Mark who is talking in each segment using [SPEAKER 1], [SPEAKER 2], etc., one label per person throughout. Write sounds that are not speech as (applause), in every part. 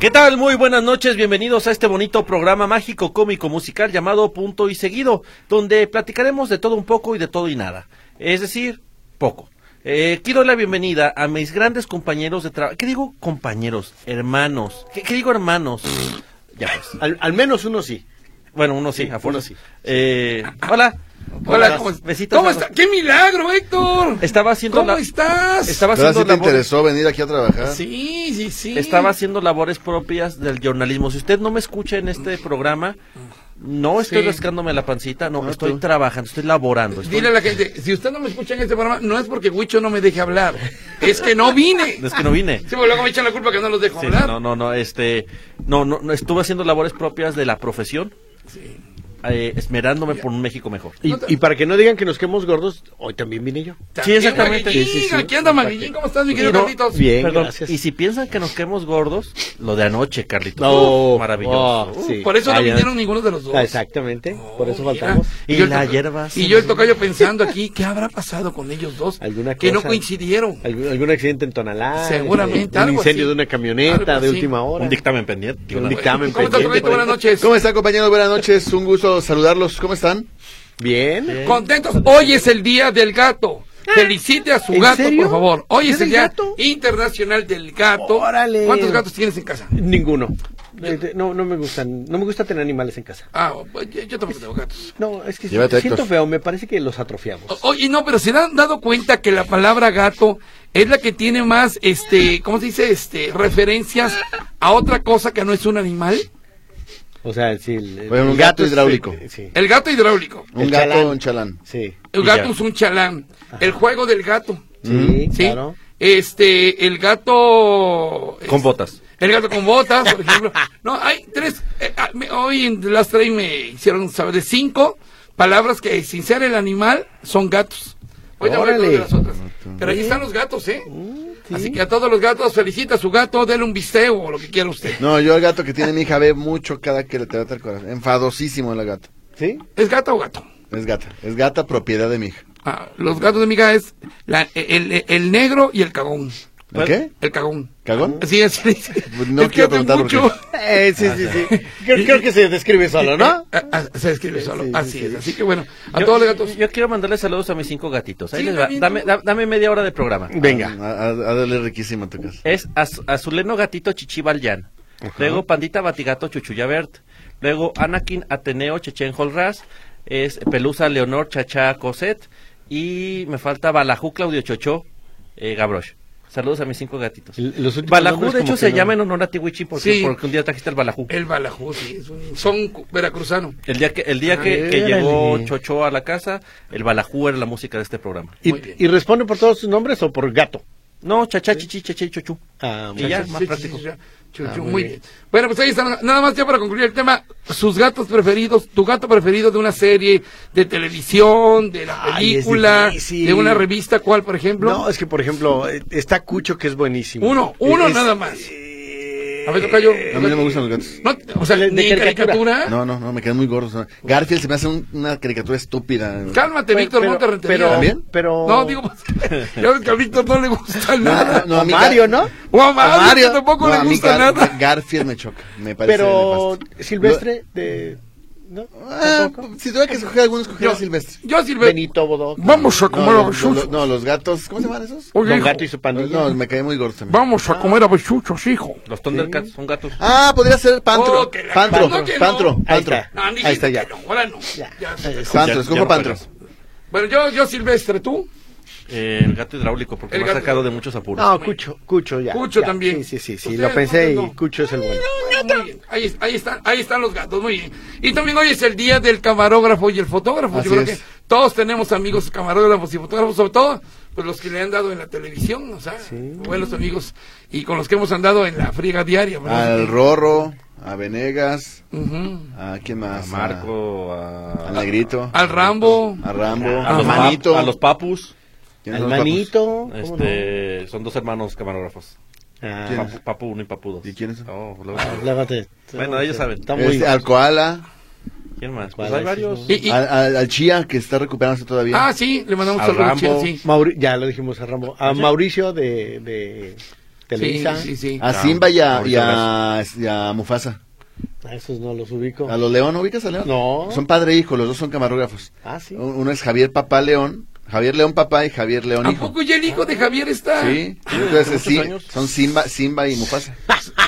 [SPEAKER 1] ¿Qué tal? Muy buenas noches, bienvenidos a este bonito programa mágico, cómico, musical llamado Punto y Seguido, donde platicaremos de todo un poco y de todo y nada. Es decir, poco. Eh, quiero dar la bienvenida a mis grandes compañeros de trabajo. ¿Qué digo compañeros? Hermanos. ¿Qué, qué digo hermanos? ya pues.
[SPEAKER 2] Al, al menos uno sí.
[SPEAKER 1] Bueno, uno sí, a
[SPEAKER 2] uno
[SPEAKER 1] fuerza.
[SPEAKER 2] sí.
[SPEAKER 1] Eh, hola.
[SPEAKER 3] Hola, ¿cómo,
[SPEAKER 1] Besitos.
[SPEAKER 3] ¿cómo está? ¡Qué milagro, Héctor!
[SPEAKER 1] Estaba haciendo
[SPEAKER 3] ¿Cómo
[SPEAKER 1] la-
[SPEAKER 3] estás?
[SPEAKER 1] Estaba
[SPEAKER 4] Ahora sí
[SPEAKER 1] haciendo
[SPEAKER 4] te
[SPEAKER 1] labores-
[SPEAKER 4] interesó venir aquí a trabajar.
[SPEAKER 3] Sí, sí, sí.
[SPEAKER 1] estaba haciendo labores propias del jornalismo. Si usted no me escucha en este programa, no estoy
[SPEAKER 3] Sí.
[SPEAKER 1] rascándome la pancita, no, estoy trabajando, estoy laborando. estoy-
[SPEAKER 3] Dile a la gente, si usted no me escucha en este programa, no es porque Huicho no me deje hablar, es que no vine.
[SPEAKER 1] Es que no vine.
[SPEAKER 3] Sí, porque luego me echan la culpa que no los dejo
[SPEAKER 1] Sí,
[SPEAKER 3] hablar.
[SPEAKER 1] no, no, no, este, no, no, no, estuve haciendo labores propias de la profesión,
[SPEAKER 3] Sí.
[SPEAKER 1] eh, esmerándome por un México mejor.
[SPEAKER 2] Y, y para que no digan que nos quedemos gordos, hoy también vine yo.
[SPEAKER 1] Sí, exactamente.
[SPEAKER 3] También,
[SPEAKER 1] Sí, sí, sí.
[SPEAKER 3] Aquí anda Maguillín, ¿cómo estás, mi querido
[SPEAKER 1] no,
[SPEAKER 3] Carlitos?
[SPEAKER 2] bien.
[SPEAKER 1] Perdón,
[SPEAKER 2] gracias.
[SPEAKER 1] Y si piensan que nos quedemos gordos, lo de anoche, Carlitos.
[SPEAKER 2] No,
[SPEAKER 1] maravilloso.
[SPEAKER 2] oh, sí.
[SPEAKER 3] Por eso no
[SPEAKER 2] Ay,
[SPEAKER 3] vinieron ninguno de los dos.
[SPEAKER 2] Ah, Exactamente, por eso
[SPEAKER 3] Oh, mira.
[SPEAKER 2] faltamos.
[SPEAKER 1] Y
[SPEAKER 3] yo el
[SPEAKER 1] la
[SPEAKER 3] toca-
[SPEAKER 1] hierba
[SPEAKER 3] Y
[SPEAKER 1] se
[SPEAKER 3] yo el
[SPEAKER 1] me-
[SPEAKER 3] tocayo pensando aquí, ¿qué habrá pasado con ellos
[SPEAKER 1] (laughs)
[SPEAKER 3] dos?
[SPEAKER 2] ¿Alguna
[SPEAKER 3] que no
[SPEAKER 2] cosa?
[SPEAKER 3] coincidieron.
[SPEAKER 2] Algún, algún accidente en Tonalá.
[SPEAKER 3] Seguramente,
[SPEAKER 2] eh, Un
[SPEAKER 3] algo
[SPEAKER 2] incendio
[SPEAKER 3] así.
[SPEAKER 2] de una camioneta
[SPEAKER 3] Algo
[SPEAKER 2] de
[SPEAKER 3] así.
[SPEAKER 2] última hora.
[SPEAKER 1] Un dictamen pendiente.
[SPEAKER 2] Un
[SPEAKER 1] una-
[SPEAKER 2] dictamen
[SPEAKER 3] ¿Cómo estás,
[SPEAKER 2] pendiente.
[SPEAKER 3] Carlito? Buenas noches.
[SPEAKER 4] ¿Cómo están, compañeros? Buenas noches. Un gusto saludarlos. ¿Cómo están?
[SPEAKER 2] Bien.
[SPEAKER 3] Contentos, hoy es el día del gato. Felicite a su
[SPEAKER 2] Ah. ¿En
[SPEAKER 3] gato,
[SPEAKER 2] serio?
[SPEAKER 3] por favor. Hoy
[SPEAKER 2] ¿Día
[SPEAKER 3] es el
[SPEAKER 2] del
[SPEAKER 3] día
[SPEAKER 2] gato?
[SPEAKER 3] internacional del gato.
[SPEAKER 2] Órale.
[SPEAKER 3] ¿Cuántos gatos tienes en casa?
[SPEAKER 2] Ninguno. Eh, eh, No, no me gustan, no me gusta tener animales en casa.
[SPEAKER 3] Ah, pues, yo, yo tampoco tengo gatos.
[SPEAKER 2] No, es que
[SPEAKER 4] Llévate,
[SPEAKER 2] siento
[SPEAKER 4] Héctor.
[SPEAKER 2] feo, me parece que los atrofiamos.
[SPEAKER 3] O- Oye, no, pero se han dado cuenta que la palabra gato es la que tiene más, este, ¿cómo se dice? Este, referencias a otra cosa que no es un animal.
[SPEAKER 2] O sea, sí, el, el
[SPEAKER 4] Bueno, un gato
[SPEAKER 2] es-
[SPEAKER 4] hidráulico.
[SPEAKER 2] Sí.
[SPEAKER 3] El gato hidráulico.
[SPEAKER 4] Un
[SPEAKER 2] El
[SPEAKER 4] gato,
[SPEAKER 2] chalán.
[SPEAKER 4] un chalán.
[SPEAKER 2] Sí.
[SPEAKER 3] El
[SPEAKER 1] Y
[SPEAKER 3] gato
[SPEAKER 1] ya.
[SPEAKER 3] es un chalán. El juego del gato.
[SPEAKER 2] Sí,
[SPEAKER 3] ¿Sí?
[SPEAKER 2] claro.
[SPEAKER 3] Este, el gato. este,
[SPEAKER 2] oh,
[SPEAKER 1] Con botas.
[SPEAKER 3] El gato con botas, por ejemplo. No, hay tres. eh, ah, me- hoy en The Last Train me hicieron saber de cinco palabras que, sin ser el animal, son gatos. Hoy te voy a hablar de
[SPEAKER 2] Órale. Uh,
[SPEAKER 3] las otras. Pero ahí están los gatos, ¿eh? Así que a todos los gatos, felicita a su gato, dele un bisteo o lo que quiera usted.
[SPEAKER 4] No, yo el gato que tiene mi hija ve mucho cada que le trata el corazón. Enfadosísimo la gata.
[SPEAKER 2] Sí.
[SPEAKER 3] ¿Es gata o gato?
[SPEAKER 4] Es gata. Es gata propiedad de mi hija.
[SPEAKER 3] Ah, los gatos de mi hija es la- el, el- el negro y el cagón.
[SPEAKER 4] ¿El qué?
[SPEAKER 3] El cagón.
[SPEAKER 4] ¿Cagón?
[SPEAKER 2] Ah.
[SPEAKER 3] Sí,
[SPEAKER 2] (laughs)
[SPEAKER 3] así le dice.
[SPEAKER 2] Pues
[SPEAKER 4] No
[SPEAKER 3] Es que
[SPEAKER 4] quiero
[SPEAKER 3] hace
[SPEAKER 4] preguntar por qué. (laughs)
[SPEAKER 2] Eh, sí, sí, sí. Creo, creo que se describe solo, ¿no?
[SPEAKER 3] Ah, ah, se escribe solo.
[SPEAKER 2] sí,
[SPEAKER 3] así
[SPEAKER 2] sí.
[SPEAKER 3] es. Así que bueno, a
[SPEAKER 1] Yo-
[SPEAKER 3] todos los gatos.
[SPEAKER 1] Yo quiero mandarle saludos a mis cinco gatitos. Ahí
[SPEAKER 3] Sí,
[SPEAKER 1] les va.
[SPEAKER 3] también
[SPEAKER 1] Dame,
[SPEAKER 3] tú.
[SPEAKER 1] da- dame media hora de programa.
[SPEAKER 4] A,
[SPEAKER 2] Venga.
[SPEAKER 4] a- a darle riquísimo a tu casa.
[SPEAKER 1] Es Az- Azuleno Gatito Chichibalyan. Luego Pandita Batigato Chuchuyabert. Luego Anakin Ateneo Chechen Holras. Es Pelusa Leonor Chacha Coset. Y me falta Balajú Claudio Chocho eh, Gabrosh. Saludos a mis cinco gatitos.
[SPEAKER 2] L- los últimos
[SPEAKER 1] Balajú,
[SPEAKER 2] nombres
[SPEAKER 1] de
[SPEAKER 2] como
[SPEAKER 1] hecho,
[SPEAKER 2] que
[SPEAKER 1] se
[SPEAKER 2] no-
[SPEAKER 1] llama en honor a Tiwichi porque,
[SPEAKER 3] Sí. Eh.
[SPEAKER 1] porque un día trajiste el Balajú.
[SPEAKER 3] El balajú, sí, es un- son cu- veracruzano.
[SPEAKER 1] El día que, el día que, que
[SPEAKER 2] Órale.
[SPEAKER 1] llegó Chocho a la casa, el Balajú era la música de este programa.
[SPEAKER 3] Muy bien.
[SPEAKER 2] ¿Y, y responde por todos sus nombres o por gato?
[SPEAKER 1] No, Chacha Chichi Chacha Chochu.
[SPEAKER 2] Ah,
[SPEAKER 1] Y ya,
[SPEAKER 2] muchachos.
[SPEAKER 1] más
[SPEAKER 3] Sí,
[SPEAKER 1] práctico.
[SPEAKER 3] sí, sí, sí. Chu,
[SPEAKER 2] Ah,
[SPEAKER 3] chu,
[SPEAKER 2] muy
[SPEAKER 3] muy bien.
[SPEAKER 2] bien.
[SPEAKER 3] Bueno, pues ahí están. Nada más ya para concluir el tema. Sus gatos preferidos, tu gato preferido de una serie de televisión, de la
[SPEAKER 2] Ay, es
[SPEAKER 3] película,
[SPEAKER 2] difícil.
[SPEAKER 3] de una revista, ¿cuál, por ejemplo?
[SPEAKER 2] No, es que por ejemplo, eh, está Cucho que es buenísimo. eh,
[SPEAKER 3] Uno, uno nada más. A ver, tocayo.
[SPEAKER 4] A mí no me gustan los gatos.
[SPEAKER 3] No, o sea,
[SPEAKER 2] De- de
[SPEAKER 3] ni
[SPEAKER 2] caricatura.
[SPEAKER 3] caricatura.
[SPEAKER 4] No, no, no, me quedan muy gordos. no. Garfield se me hace un- una caricatura estúpida.
[SPEAKER 3] Cálmate,
[SPEAKER 2] Pero-
[SPEAKER 3] Víctor
[SPEAKER 2] pero-
[SPEAKER 3] Monte Rentería.
[SPEAKER 2] pero-
[SPEAKER 4] ¿También?
[SPEAKER 2] pero-
[SPEAKER 3] No, digo, pues, (laughs) ya ves que a Víctor no le gusta nada.
[SPEAKER 4] No, a mí Gar-
[SPEAKER 2] Mario, ¿no?
[SPEAKER 3] O (laughs) a Mario,
[SPEAKER 4] A Mario.
[SPEAKER 3] que tampoco
[SPEAKER 4] No,
[SPEAKER 3] le
[SPEAKER 4] a mí
[SPEAKER 3] gusta
[SPEAKER 4] Gar-
[SPEAKER 3] nada.
[SPEAKER 4] Garfield me choca. Me parece
[SPEAKER 2] Pero
[SPEAKER 4] nefasto.
[SPEAKER 2] Silvestre de ¿no?
[SPEAKER 4] Lo- Ah,
[SPEAKER 2] ¿Tampoco?
[SPEAKER 4] si tuviera que escoger alguno, escogería a Silvestre.
[SPEAKER 3] Yo, Silvestre.
[SPEAKER 2] Benito Bodoc.
[SPEAKER 3] Vamos a comer
[SPEAKER 4] No, los-
[SPEAKER 3] abechuchos.
[SPEAKER 4] los- no, los gatos, ¿cómo se llaman esos?
[SPEAKER 3] Oye,
[SPEAKER 2] Don
[SPEAKER 3] hijo,
[SPEAKER 2] Gato y su pandilla.
[SPEAKER 4] No, me caí muy gordo también.
[SPEAKER 3] vamos a comer abechuchos, hijo.
[SPEAKER 1] Los Thundercats son gatos.
[SPEAKER 4] Ah, podría ser Pantro.
[SPEAKER 3] Oh, que la-
[SPEAKER 4] Pantro,
[SPEAKER 3] no, que no.
[SPEAKER 4] Pantro,
[SPEAKER 2] Ahí
[SPEAKER 4] Pantro.
[SPEAKER 2] está.
[SPEAKER 3] No, ni-
[SPEAKER 2] Ahí está ya.
[SPEAKER 3] no, ahora no. Ya, se dejó.
[SPEAKER 4] Pantro,
[SPEAKER 1] Ya-
[SPEAKER 4] escojo
[SPEAKER 1] ya no
[SPEAKER 4] Pantro.
[SPEAKER 1] juegas.
[SPEAKER 3] Bueno, yo, yo Silvestre, tú.
[SPEAKER 1] Eh, el gato hidráulico, porque
[SPEAKER 3] El
[SPEAKER 1] me ha
[SPEAKER 3] gato-
[SPEAKER 1] sacado de muchos apuros.
[SPEAKER 2] No, Cucho, Cucho ya.
[SPEAKER 3] Cucho
[SPEAKER 2] ya.
[SPEAKER 3] también.
[SPEAKER 2] Sí, sí, sí, sí,
[SPEAKER 3] Ustedes
[SPEAKER 2] lo pensé
[SPEAKER 3] no,
[SPEAKER 2] y
[SPEAKER 3] no.
[SPEAKER 2] Cucho es el bueno.
[SPEAKER 3] Muy bien. Ahí, ahí, están, ahí están los gatos, muy bien. Y también hoy es el día del camarógrafo y el fotógrafo.
[SPEAKER 4] Así
[SPEAKER 3] Yo creo
[SPEAKER 4] es.
[SPEAKER 3] que todos tenemos amigos camarógrafos y fotógrafos, sobre todo pues los que le han dado en la televisión, o sea, buenos amigos y con los que hemos andado en la friega diaria. ¿verdad?
[SPEAKER 4] Al Rorro, a Venegas,
[SPEAKER 3] Ujú.
[SPEAKER 4] a quién más,
[SPEAKER 1] A Marco, a,
[SPEAKER 4] al Negrito,
[SPEAKER 3] Al Rambo.
[SPEAKER 4] a Rambo,
[SPEAKER 1] a los, pap-
[SPEAKER 4] Manito,
[SPEAKER 1] a los Papus.
[SPEAKER 4] ¿Quiénes
[SPEAKER 2] Al
[SPEAKER 4] son los papus?
[SPEAKER 2] manito. Ah, ¿cómo
[SPEAKER 1] Este, Son dos hermanos camarógrafos.
[SPEAKER 2] no? Ah,
[SPEAKER 4] ¿Quién?
[SPEAKER 1] Papu, papu uno y Papu dos.
[SPEAKER 4] ¿Y quiénes son?
[SPEAKER 1] Oh, luego-
[SPEAKER 2] ah, lávate.
[SPEAKER 1] Bueno, ellos saben.
[SPEAKER 2] Está muy-
[SPEAKER 4] Este, al Koala,
[SPEAKER 1] ¿Quién más? Pues
[SPEAKER 2] ¿Cuál
[SPEAKER 1] hay
[SPEAKER 2] es?
[SPEAKER 1] varios.
[SPEAKER 3] Y- y-
[SPEAKER 4] al, al- al Chía, que está recuperándose todavía.
[SPEAKER 3] ah, sí, le mandamos
[SPEAKER 1] Al
[SPEAKER 3] saludos
[SPEAKER 1] Rambo.
[SPEAKER 3] chidos, sí.
[SPEAKER 2] Mauri- ya lo dijimos a Rambo. A Mauricio de, de Televisa.
[SPEAKER 3] Sí, sí, sí.
[SPEAKER 4] a Simba y a, y a- y a Mufasa.
[SPEAKER 2] A esos no los ubico.
[SPEAKER 4] ¿A los León ubicas a León?
[SPEAKER 2] No.
[SPEAKER 4] Son padre e hijo, los dos son camarógrafos.
[SPEAKER 2] Ah, sí.
[SPEAKER 4] Un- Uno es Javier Papá León, Javier León Papá y Javier León
[SPEAKER 3] ¿A
[SPEAKER 4] Hijo.
[SPEAKER 3] poco ya el hijo de Javier está?
[SPEAKER 4] Sí,
[SPEAKER 1] Ah,
[SPEAKER 4] entonces
[SPEAKER 1] muchos
[SPEAKER 4] sí,
[SPEAKER 1] años.
[SPEAKER 4] son Simba, Simba y
[SPEAKER 2] (laughs)
[SPEAKER 4] Mufasa.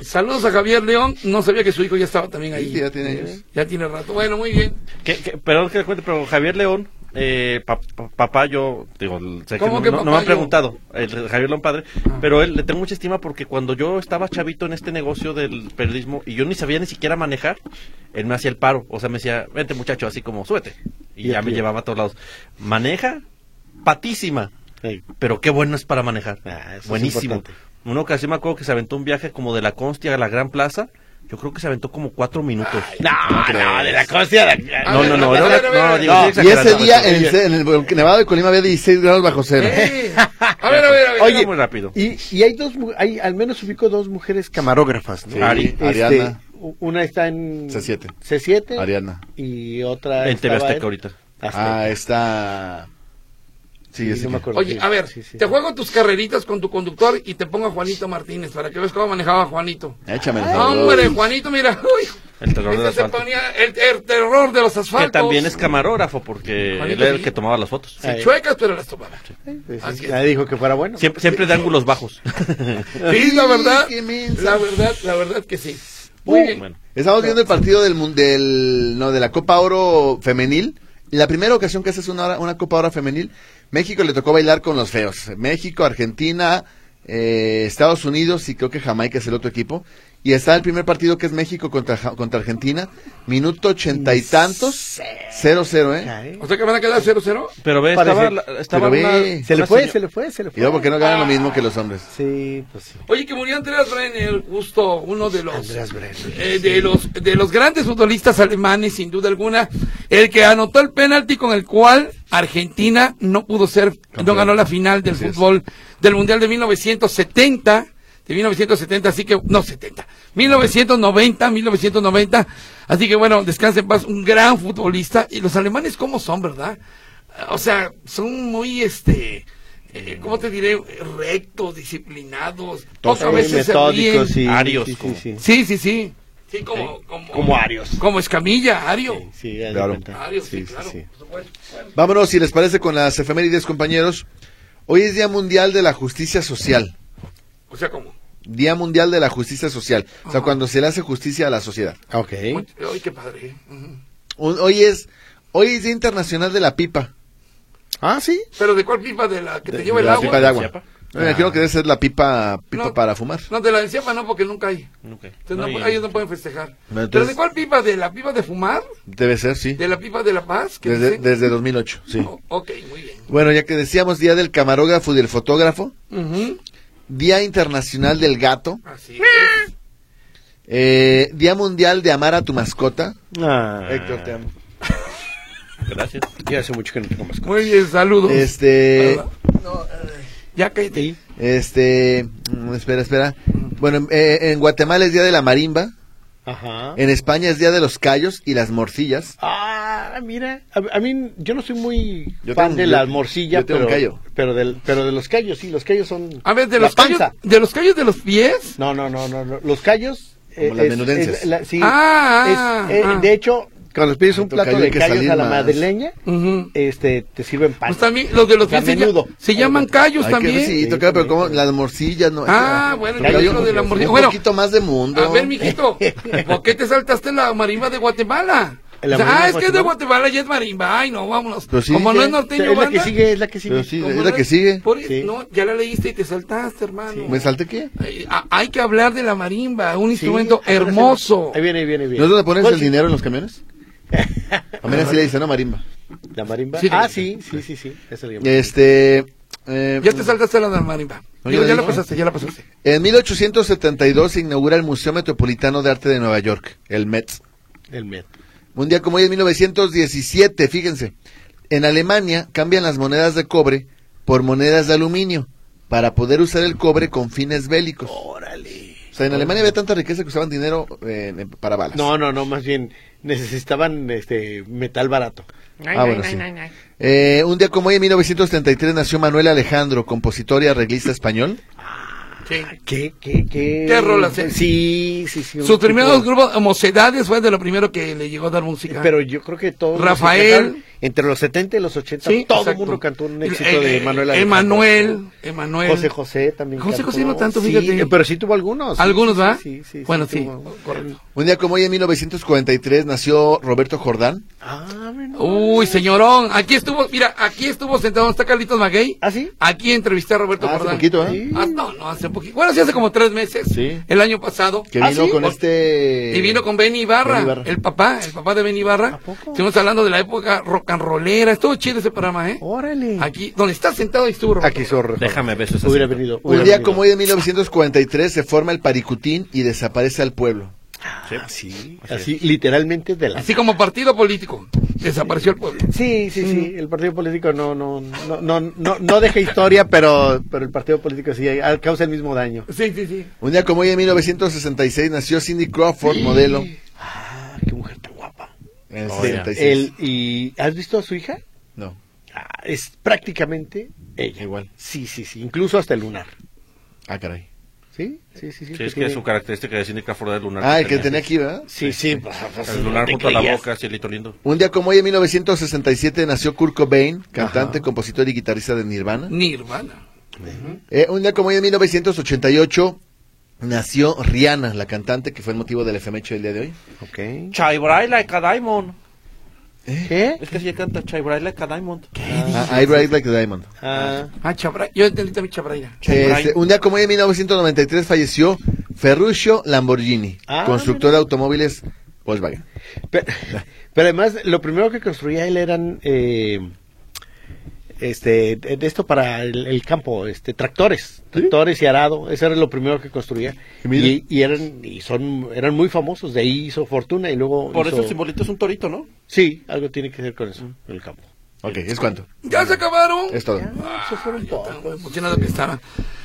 [SPEAKER 3] Saludos a Javier León. No sabía que su hijo ya estaba también ahí. Eh,
[SPEAKER 4] Sí, ya tiene ellos.
[SPEAKER 3] Ya tiene rato. Bueno, muy
[SPEAKER 4] (laughs)
[SPEAKER 3] bien.
[SPEAKER 1] Que- que- perdón que le cuente, pero Javier León, eh, pa- pa- papá, yo, digo, sé que
[SPEAKER 3] ¿Cómo
[SPEAKER 1] no,
[SPEAKER 3] que
[SPEAKER 1] no- no me
[SPEAKER 3] papá,
[SPEAKER 1] han
[SPEAKER 3] yo? Ah.
[SPEAKER 1] preguntado, el re- Javier León padre, pero él le tengo mucha estima porque cuando yo estaba chavito en este negocio del periodismo y yo ni sabía ni siquiera manejar, él me hacía el paro, o sea, me decía, vente muchacho, así como, súbete, y
[SPEAKER 2] Y
[SPEAKER 1] ya
[SPEAKER 2] aquí.
[SPEAKER 1] me llevaba a todos lados. Maneja, patísima,
[SPEAKER 2] Ey.
[SPEAKER 1] pero qué bueno es para manejar.
[SPEAKER 2] Ah, eso es
[SPEAKER 1] Buenísimo.
[SPEAKER 2] importante.
[SPEAKER 1] Una ocasión me acuerdo que se aventó un viaje como de la Constia a la Gran Plaza. Yo creo que se aventó como cuatro minutos.
[SPEAKER 2] No, no, de la costia.
[SPEAKER 3] A
[SPEAKER 1] No,
[SPEAKER 3] ver,
[SPEAKER 1] no, no,
[SPEAKER 3] a
[SPEAKER 1] no,
[SPEAKER 3] ver, a ver,
[SPEAKER 1] no,
[SPEAKER 3] a ver.
[SPEAKER 1] digo,
[SPEAKER 2] No,
[SPEAKER 1] sí
[SPEAKER 4] Y
[SPEAKER 1] exagerando,
[SPEAKER 4] ese día
[SPEAKER 1] pues,
[SPEAKER 4] en el, en el Bron- Nevado de Colima había 16 grados bajo cero.
[SPEAKER 3] Eh, A ver, a ver, a ver.
[SPEAKER 1] Oye, muy rápido.
[SPEAKER 2] Y, y hay dos, mu- hay, al menos ubico dos mujeres camarógrafas, ¿no?
[SPEAKER 4] Sí,
[SPEAKER 1] Ari-
[SPEAKER 2] Este,
[SPEAKER 4] Ariana,
[SPEAKER 2] u- una está en
[SPEAKER 4] C7.
[SPEAKER 2] C7
[SPEAKER 4] Ariana.
[SPEAKER 2] y otra
[SPEAKER 1] En TV
[SPEAKER 2] estaba
[SPEAKER 1] Azteca
[SPEAKER 2] en-
[SPEAKER 1] ahorita.
[SPEAKER 2] Azteca.
[SPEAKER 4] Ah, está... Sí,
[SPEAKER 2] Sí,
[SPEAKER 4] ese
[SPEAKER 2] no me
[SPEAKER 4] que-
[SPEAKER 2] acuerdo.
[SPEAKER 3] Oye,
[SPEAKER 2] Sí,
[SPEAKER 3] a ver,
[SPEAKER 2] sí, sí.
[SPEAKER 3] te juego tus carreritas con tu conductor y te pongo a Juanito Martínez para que veas cómo manejaba Juanito.
[SPEAKER 4] Échame el favor.
[SPEAKER 3] Hombre, Juanito, mira, (laughs) uy,
[SPEAKER 1] El terror del
[SPEAKER 3] este se
[SPEAKER 1] asfalto.
[SPEAKER 3] ponía el, el terror de los asfaltos.
[SPEAKER 1] Que también es camarógrafo porque
[SPEAKER 3] Juanito,
[SPEAKER 1] él era el
[SPEAKER 3] sí.
[SPEAKER 1] que tomaba las fotos.
[SPEAKER 3] Sí, chuecas, pero las tomaba.
[SPEAKER 2] Sí, sí,
[SPEAKER 3] Así es.
[SPEAKER 2] Nadie dijo que fuera bueno.
[SPEAKER 1] Siempre, siempre de ángulos bajos.
[SPEAKER 3] Sí, la verdad,
[SPEAKER 4] qué mensa.
[SPEAKER 3] la verdad, la verdad que sí.
[SPEAKER 1] (laughs)
[SPEAKER 3] Muy bien.
[SPEAKER 1] Uh, Bueno,
[SPEAKER 4] Estamos viendo el partido del, mun- del- no, de la Copa Oro femenil. La primera ocasión que haces una, hora- una Copa Oro femenil, México le tocó bailar con los feos. México, Argentina, eh, Estados Unidos y creo que Jamaica es el otro equipo. Y está el primer partido que es México contra, Ja- contra Argentina. Minuto ochenta y tantos. Cero, cero, ¿eh?
[SPEAKER 2] Ay.
[SPEAKER 3] O sea que van a quedar 0-0.
[SPEAKER 1] pero ve,
[SPEAKER 2] Parece-
[SPEAKER 1] Pues, estaba, la- estaba
[SPEAKER 4] pero
[SPEAKER 1] una-
[SPEAKER 4] ve.
[SPEAKER 2] Se le
[SPEAKER 1] una
[SPEAKER 2] fue,
[SPEAKER 1] seño-
[SPEAKER 2] se le fue, se le
[SPEAKER 4] Y
[SPEAKER 2] fue.
[SPEAKER 4] luego porque no ganan lo mismo que los hombres.
[SPEAKER 2] Sí, pues sí.
[SPEAKER 3] Oye, que murió Andreas Brenner, justo uno de los,
[SPEAKER 2] Andreas Brenner.
[SPEAKER 3] eh, de los de los grandes futbolistas alemanes, sin duda alguna, el que anotó el penalti con el cual Argentina no pudo ser, no
[SPEAKER 4] Campeón.
[SPEAKER 3] ganó la final del
[SPEAKER 4] Así es.
[SPEAKER 3] fútbol del mundial de 1970, de 1970, así que no 70, 1990, 1990, así que bueno, descanse en paz, un gran futbolista y los alemanes cómo son, ¿verdad? O sea, son muy este eh, ¿Cómo te diré? Rectos, disciplinados. Pocas
[SPEAKER 2] Sí,
[SPEAKER 3] veces se ríen.
[SPEAKER 2] Metódicos y.
[SPEAKER 1] Arios,
[SPEAKER 2] sí,
[SPEAKER 1] como-
[SPEAKER 2] sí, sí.
[SPEAKER 3] Sí, sí, sí. Sí, como, como,
[SPEAKER 2] Como Arios.
[SPEAKER 3] como Escamilla, Ario.
[SPEAKER 2] Sí, sí, haz de
[SPEAKER 4] Claro.
[SPEAKER 2] cuenta.
[SPEAKER 3] Ario, sí,
[SPEAKER 2] Sí, sí,
[SPEAKER 3] claro.
[SPEAKER 2] sí.
[SPEAKER 3] por supuesto.
[SPEAKER 4] Vámonos, si les parece, con las efemérides, compañeros. Hoy es Día Mundial de la Justicia Social.
[SPEAKER 3] O sea, como.
[SPEAKER 4] Día Mundial de la Justicia Social. O sea,
[SPEAKER 3] Ajá.
[SPEAKER 4] cuando se le hace justicia a la sociedad.
[SPEAKER 2] Ah, Ok.
[SPEAKER 3] mucho- Ay, qué padre. ¿eh? Ujú.
[SPEAKER 4] Un- hoy es hoy es Día Internacional de la Pipa.
[SPEAKER 2] Ah, sí.
[SPEAKER 3] Pero de cuál pipa, de la que te
[SPEAKER 4] De-
[SPEAKER 3] lleva
[SPEAKER 4] de
[SPEAKER 3] el
[SPEAKER 4] la
[SPEAKER 3] agua.
[SPEAKER 4] pipa de agua.
[SPEAKER 1] Chiapa.
[SPEAKER 4] Me imagino que debe ser la pipa, pipa
[SPEAKER 3] No.
[SPEAKER 4] para fumar.
[SPEAKER 3] No, de la del Chiapa no, porque nunca hay.
[SPEAKER 1] Ok.
[SPEAKER 3] Entonces, no,
[SPEAKER 1] No, y-
[SPEAKER 3] ellos no pueden festejar.
[SPEAKER 4] No, entonces-
[SPEAKER 3] Pero de cuál pipa, de la pipa de fumar,
[SPEAKER 4] Debe ser, sí.
[SPEAKER 3] de la pipa de la paz. que
[SPEAKER 4] Desde,
[SPEAKER 3] dicen?
[SPEAKER 4] desde 2008, sí.
[SPEAKER 3] O- ok, muy bien.
[SPEAKER 4] Bueno, ya que decíamos Día del Camarógrafo y del Fotógrafo,
[SPEAKER 3] Ujú,
[SPEAKER 4] Día Internacional del Gato,
[SPEAKER 3] Así es.
[SPEAKER 4] eh, Día Mundial de Amar a tu Mascota.
[SPEAKER 2] Ah,
[SPEAKER 4] Héctor, te amo.
[SPEAKER 1] Gracias.
[SPEAKER 2] yo hace mucho que no tengo más.
[SPEAKER 3] Muy bien, saludos.
[SPEAKER 2] (laughs)
[SPEAKER 4] Este,
[SPEAKER 3] Ya cállate.
[SPEAKER 4] este, mm, espera, espera. Bueno, en- eh, en Guatemala es Día de la Marimba.
[SPEAKER 2] Ajá.
[SPEAKER 4] En España es Día de los Callos y las Morcillas.
[SPEAKER 2] Ah, mira, a, a mí yo no soy muy
[SPEAKER 4] Yo
[SPEAKER 2] fan
[SPEAKER 4] tengo-
[SPEAKER 2] de
[SPEAKER 4] yo-
[SPEAKER 2] la morcilla,
[SPEAKER 4] yo tengo
[SPEAKER 2] pero,
[SPEAKER 4] un callo.
[SPEAKER 2] pero del, pero de los callos, sí, los callos son
[SPEAKER 3] A ver, de
[SPEAKER 2] la
[SPEAKER 3] los, callos,
[SPEAKER 2] panza.
[SPEAKER 3] de los callos de los pies. pues
[SPEAKER 2] No, no, no, no, no, los callos eh,
[SPEAKER 4] Como las menudencias.
[SPEAKER 2] la- sí,
[SPEAKER 3] Ah,
[SPEAKER 2] es- eh,
[SPEAKER 3] ah.
[SPEAKER 2] de hecho, cuando les pides un
[SPEAKER 4] Tanto
[SPEAKER 2] plato
[SPEAKER 4] callo
[SPEAKER 2] de
[SPEAKER 4] hay que
[SPEAKER 2] callos
[SPEAKER 4] salir
[SPEAKER 2] a la
[SPEAKER 4] más.
[SPEAKER 2] madrileña,
[SPEAKER 3] Ujú.
[SPEAKER 2] este te sirven pan.
[SPEAKER 3] Pues también, los de los
[SPEAKER 2] Está
[SPEAKER 3] pies se,
[SPEAKER 2] menudo.
[SPEAKER 3] ll- se llaman callos
[SPEAKER 4] Ay,
[SPEAKER 3] también.
[SPEAKER 4] qué recito, claro, pero como las morcillas no.
[SPEAKER 3] Ah, bueno,
[SPEAKER 4] Pero
[SPEAKER 2] yo
[SPEAKER 4] hay
[SPEAKER 2] creo
[SPEAKER 4] un-
[SPEAKER 2] de la
[SPEAKER 3] morcilla.
[SPEAKER 4] Un
[SPEAKER 3] Bueno.
[SPEAKER 4] poquito más de mundo.
[SPEAKER 3] A ver,
[SPEAKER 2] Ah,
[SPEAKER 3] mijito, ¿por qué te saltaste la marimba de Guatemala?
[SPEAKER 2] ¿La
[SPEAKER 3] O sea,
[SPEAKER 2] marimba
[SPEAKER 3] ah,
[SPEAKER 2] de
[SPEAKER 3] es que es de
[SPEAKER 2] Guatemala? Pues
[SPEAKER 3] Guatemala ya es marimba. Ay, no, vámonos.
[SPEAKER 4] Pero sí
[SPEAKER 3] Como
[SPEAKER 4] dije,
[SPEAKER 3] no es norteño,
[SPEAKER 2] es la que
[SPEAKER 3] banda,
[SPEAKER 2] sigue, es la que sigue.
[SPEAKER 4] Pero sí,
[SPEAKER 3] como
[SPEAKER 4] es
[SPEAKER 3] no
[SPEAKER 4] la que sigue.
[SPEAKER 3] por-
[SPEAKER 2] Sí.
[SPEAKER 3] No, ya la leíste y te saltaste, hermano.
[SPEAKER 4] ¿Me salté qué?
[SPEAKER 3] Ay, a- hay que hablar de la marimba, un
[SPEAKER 2] Sí,
[SPEAKER 3] instrumento
[SPEAKER 2] ahí viene,
[SPEAKER 3] hermoso.
[SPEAKER 2] Ahí viene, ahí viene, ahí viene.
[SPEAKER 4] ¿No es donde pones
[SPEAKER 2] ¿Cuál
[SPEAKER 4] el
[SPEAKER 2] sí?
[SPEAKER 4] dinero en los
[SPEAKER 2] (laughs)
[SPEAKER 4] camiones? A mí así le dicen, ¿no? Marimba.
[SPEAKER 2] La marimba.
[SPEAKER 3] Sí,
[SPEAKER 2] ah,
[SPEAKER 3] sí.
[SPEAKER 2] sí, sí, sí, sí. Eso lo llaman.
[SPEAKER 4] Este. eh,
[SPEAKER 3] Ya te saltaste la de la marimba.
[SPEAKER 4] No,
[SPEAKER 3] Digo,
[SPEAKER 4] yo
[SPEAKER 3] ya la
[SPEAKER 4] le dije.
[SPEAKER 3] pasaste, ya la pasaste.
[SPEAKER 4] En 1872 se inaugura el Museo Metropolitano de Arte de Nueva York, el Met.
[SPEAKER 2] El Met.
[SPEAKER 4] Un día como hoy, en 1917, fíjense, en Alemania cambian las monedas de cobre por monedas de aluminio para poder usar el cobre con fines bélicos.
[SPEAKER 2] Órale.
[SPEAKER 4] O sea, en Alemania había tanta riqueza que usaban dinero eh, para balas.
[SPEAKER 2] No, no, no, más bien necesitaban este metal barato.
[SPEAKER 4] Ah, bueno, sí. Eh, un día como hoy, en 1933, nació Manuel Alejandro, compositor y arreglista español.
[SPEAKER 3] Sí.
[SPEAKER 2] ¿Qué, qué, qué?
[SPEAKER 3] ¿Qué rolas, eh?
[SPEAKER 2] Sí, sí, sí. un
[SPEAKER 3] Sus
[SPEAKER 2] tipo-
[SPEAKER 3] primeros grupos, Mocedades, fue de lo primero que le llegó a dar música.
[SPEAKER 2] Pero yo creo que todos. los
[SPEAKER 3] Rafael.
[SPEAKER 2] que cantaron Entre los 70 y los 80, todo el
[SPEAKER 3] exacto.
[SPEAKER 2] mundo cantó un
[SPEAKER 3] El-
[SPEAKER 2] éxito de
[SPEAKER 3] el-
[SPEAKER 2] Manuel Alejandro.
[SPEAKER 3] Emanuel, Emanuel.
[SPEAKER 2] José José también.
[SPEAKER 3] José
[SPEAKER 2] cantó.
[SPEAKER 3] José no tanto,
[SPEAKER 2] Sí,
[SPEAKER 3] fíjate.
[SPEAKER 2] eh, pero sí tuvo algunos.
[SPEAKER 3] Algunos, ¿va?
[SPEAKER 2] Sí, sí.
[SPEAKER 3] Bueno, sí,
[SPEAKER 2] tuvo.
[SPEAKER 3] correcto.
[SPEAKER 4] Un día como hoy, en 1943, nació Roberto Jordán.
[SPEAKER 2] Ah, bueno.
[SPEAKER 3] Uy, señorón, aquí estuvo, mira, aquí estuvo sentado, está Carlitos Maguey.
[SPEAKER 2] ¿Ah, sí?
[SPEAKER 3] Aquí entrevisté a Roberto
[SPEAKER 4] Ah, hace
[SPEAKER 3] Jordán.
[SPEAKER 4] poquito, ¿eh?
[SPEAKER 3] Ah, no, no, hace poquito. Bueno, sí, hace como tres meses.
[SPEAKER 4] Sí.
[SPEAKER 3] El año pasado.
[SPEAKER 4] Que
[SPEAKER 3] Ah,
[SPEAKER 4] vino
[SPEAKER 3] ¿sí?
[SPEAKER 4] con este...
[SPEAKER 3] Y vino con Benny Ibarra,
[SPEAKER 4] Benny Ibarra.
[SPEAKER 3] el papá, el papá de Benny Ibarra.
[SPEAKER 2] ¿A poco?
[SPEAKER 3] Estuvimos hablando de la época rock and rollera, estuvo chido ese programa, ¿eh?
[SPEAKER 2] Órale.
[SPEAKER 3] Aquí, donde está sentado ahí estuvo. Roberto.
[SPEAKER 2] Oh. Aquí zorro.
[SPEAKER 1] Déjame ver eso.
[SPEAKER 2] Hubiera venido.
[SPEAKER 4] Un
[SPEAKER 2] hubiera
[SPEAKER 4] día
[SPEAKER 2] venido.
[SPEAKER 4] como hoy, en 1943, se forma el Paricutín y desaparece al pueblo.
[SPEAKER 2] Ah, sí, así, literalmente de la.
[SPEAKER 3] Así como partido político, desapareció el pueblo.
[SPEAKER 2] Sí, sí, sí.
[SPEAKER 1] Mm.
[SPEAKER 2] El partido político no, no, no, no, no, no deja historia, pero, pero el partido político sí eh, causa el mismo daño.
[SPEAKER 3] Sí, sí, sí.
[SPEAKER 4] Un día como hoy, en 1966, nació Cindy Crawford, modelo.
[SPEAKER 2] Ah, qué mujer tan guapa.
[SPEAKER 4] En el
[SPEAKER 1] Oh,
[SPEAKER 4] 76.
[SPEAKER 2] El, y, ¿Has visto a su hija?
[SPEAKER 4] No.
[SPEAKER 2] Ah, es prácticamente ella.
[SPEAKER 4] Igual.
[SPEAKER 2] Sí, sí, sí. Incluso hasta el lunar.
[SPEAKER 4] Ah, caray.
[SPEAKER 2] Sí, sí, sí. Sí,
[SPEAKER 1] Sí, es que
[SPEAKER 2] tiene-
[SPEAKER 1] es su característica de Cindy Crawford el lunar.
[SPEAKER 4] Ah, el que tenía aquí, ¿verdad?
[SPEAKER 2] Sí, sí. pues, pues,
[SPEAKER 1] El lunar
[SPEAKER 2] ¿te
[SPEAKER 1] junto a la
[SPEAKER 2] creías?
[SPEAKER 1] boca, cielito lindo.
[SPEAKER 4] Un día como hoy, en 1967, nació Kurt Cobain, cantante, compositor y guitarrista de Nirvana.
[SPEAKER 3] Nirvana.
[SPEAKER 4] Eh, un día como hoy, en 1988, nació Rihanna, la cantante que fue el motivo del efeméride del día de hoy.
[SPEAKER 2] Ok. ¿Eh?
[SPEAKER 1] Chai Bray Like a Diamond.
[SPEAKER 2] ¿Qué?
[SPEAKER 1] Es que así canta Chai Bray Like a Diamond.
[SPEAKER 4] Ah, I Bright Like a Diamond.
[SPEAKER 2] Ah,
[SPEAKER 3] Ah, Chabra. Yo entendí también Chabraira.
[SPEAKER 4] Eh,
[SPEAKER 1] Bright.
[SPEAKER 4] este, un día como hoy, en 1993, falleció Ferruccio Lamborghini,
[SPEAKER 2] Ah,
[SPEAKER 4] constructor de automóviles Volkswagen.
[SPEAKER 2] Pero, pero además, lo primero que construía él eran eh, este de de esto para el, el campo, este tractores, tractores y arado, eso era lo primero que construía.
[SPEAKER 4] Y mira.
[SPEAKER 2] Y, y eran y son eran muy famosos, de ahí hizo fortuna y luego
[SPEAKER 1] Por eso
[SPEAKER 2] hizo-
[SPEAKER 1] el simbolito es un torito, ¿no?
[SPEAKER 2] Sí, algo tiene que ver con eso, el campo.
[SPEAKER 4] Ok, ¿es cuánto?
[SPEAKER 3] Ya se acabaron.
[SPEAKER 4] Es todo.
[SPEAKER 2] Eso fueron todos.
[SPEAKER 3] emocionado Pues que estaba.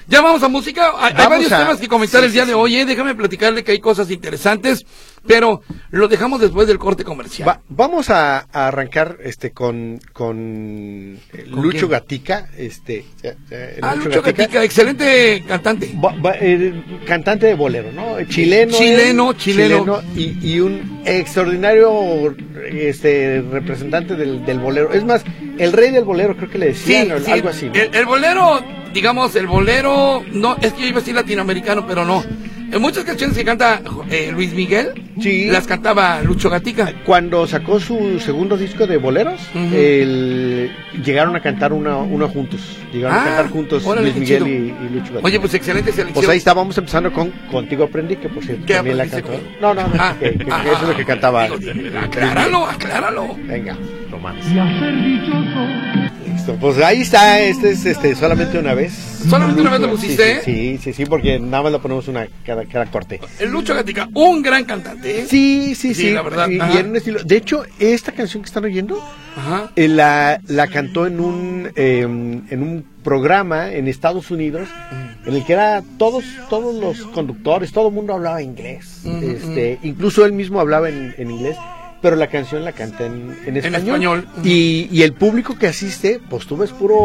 [SPEAKER 3] Ya vamos a música. Hay, hay
[SPEAKER 4] Vamos
[SPEAKER 3] varios
[SPEAKER 4] a-
[SPEAKER 3] temas que comentar
[SPEAKER 4] sí,
[SPEAKER 3] el día de hoy. ¿eh? Déjame platicarle que hay cosas interesantes, pero lo dejamos después del corte comercial.
[SPEAKER 2] Va- vamos a, a arrancar este con con, eh,
[SPEAKER 3] ¿Con
[SPEAKER 2] Lucho
[SPEAKER 3] quién?
[SPEAKER 2] Gatica, este eh, eh,
[SPEAKER 3] Ah, Lucho Gatica, excelente cantante.
[SPEAKER 2] Ba- ba- eh, cantante de bolero, ¿no? Chileno.
[SPEAKER 3] Chileno,
[SPEAKER 2] él,
[SPEAKER 3] chileno.
[SPEAKER 2] y, y un extraordinario este, representante del, del bolero. Es más, el rey del bolero, creo que le decían, o algo así. ¿no?
[SPEAKER 3] El, el bolero, digamos, el bolero, no, es que yo iba a decir latinoamericano, pero no. En muchas canciones que canta eh, Luis Miguel,
[SPEAKER 2] Sí.
[SPEAKER 3] las cantaba Lucho Gatica.
[SPEAKER 2] Cuando sacó su segundo disco de boleros,
[SPEAKER 3] Ujú.
[SPEAKER 2] el- llegaron a cantar una, una juntos. Llegaron
[SPEAKER 3] Ah,
[SPEAKER 2] a cantar juntos
[SPEAKER 3] órale,
[SPEAKER 2] Luis
[SPEAKER 3] qué
[SPEAKER 2] Miguel
[SPEAKER 3] chido.
[SPEAKER 2] y, y Lucho Gatica.
[SPEAKER 3] Oye, pues excelente selección.
[SPEAKER 2] Pues ahí estábamos empezando con Contigo Aprendí, que por cierto
[SPEAKER 3] ¿Qué
[SPEAKER 2] también la
[SPEAKER 3] aprendiste
[SPEAKER 2] cantó.
[SPEAKER 3] conmigo?
[SPEAKER 2] No, no, no,
[SPEAKER 3] Ah,
[SPEAKER 2] que- que- que
[SPEAKER 3] ah,
[SPEAKER 2] eso es lo que
[SPEAKER 3] ah,
[SPEAKER 2] cantaba.
[SPEAKER 3] (laughs) digo, digo, acláralo, acláralo.
[SPEAKER 2] Venga, romance. Listo, pues ahí está, este es este, solamente una vez.
[SPEAKER 3] ¿Solamente una vez lo pusiste, ¿eh?
[SPEAKER 2] Sí, sí, sí, sí, sí, porque nada más lo ponemos una cada, cada corte.
[SPEAKER 3] El Lucho Gatica, un gran cantante. ¿eh?
[SPEAKER 2] Sí, sí, sí.
[SPEAKER 3] Sí, la verdad,
[SPEAKER 2] Y, y
[SPEAKER 3] ajá.
[SPEAKER 2] en un estilo. De hecho, esta canción que están oyendo
[SPEAKER 3] Ajá.
[SPEAKER 2] eh, la, la cantó en un, eh, en un programa en Estados Unidos en el que era todos, todos los conductores, todo el mundo hablaba inglés.
[SPEAKER 3] Ujú,
[SPEAKER 2] este, Incluso él mismo hablaba en, en inglés. Pero la canción la canta en, en español.
[SPEAKER 3] español.
[SPEAKER 2] Y, y el público que asiste, pues tú ves puro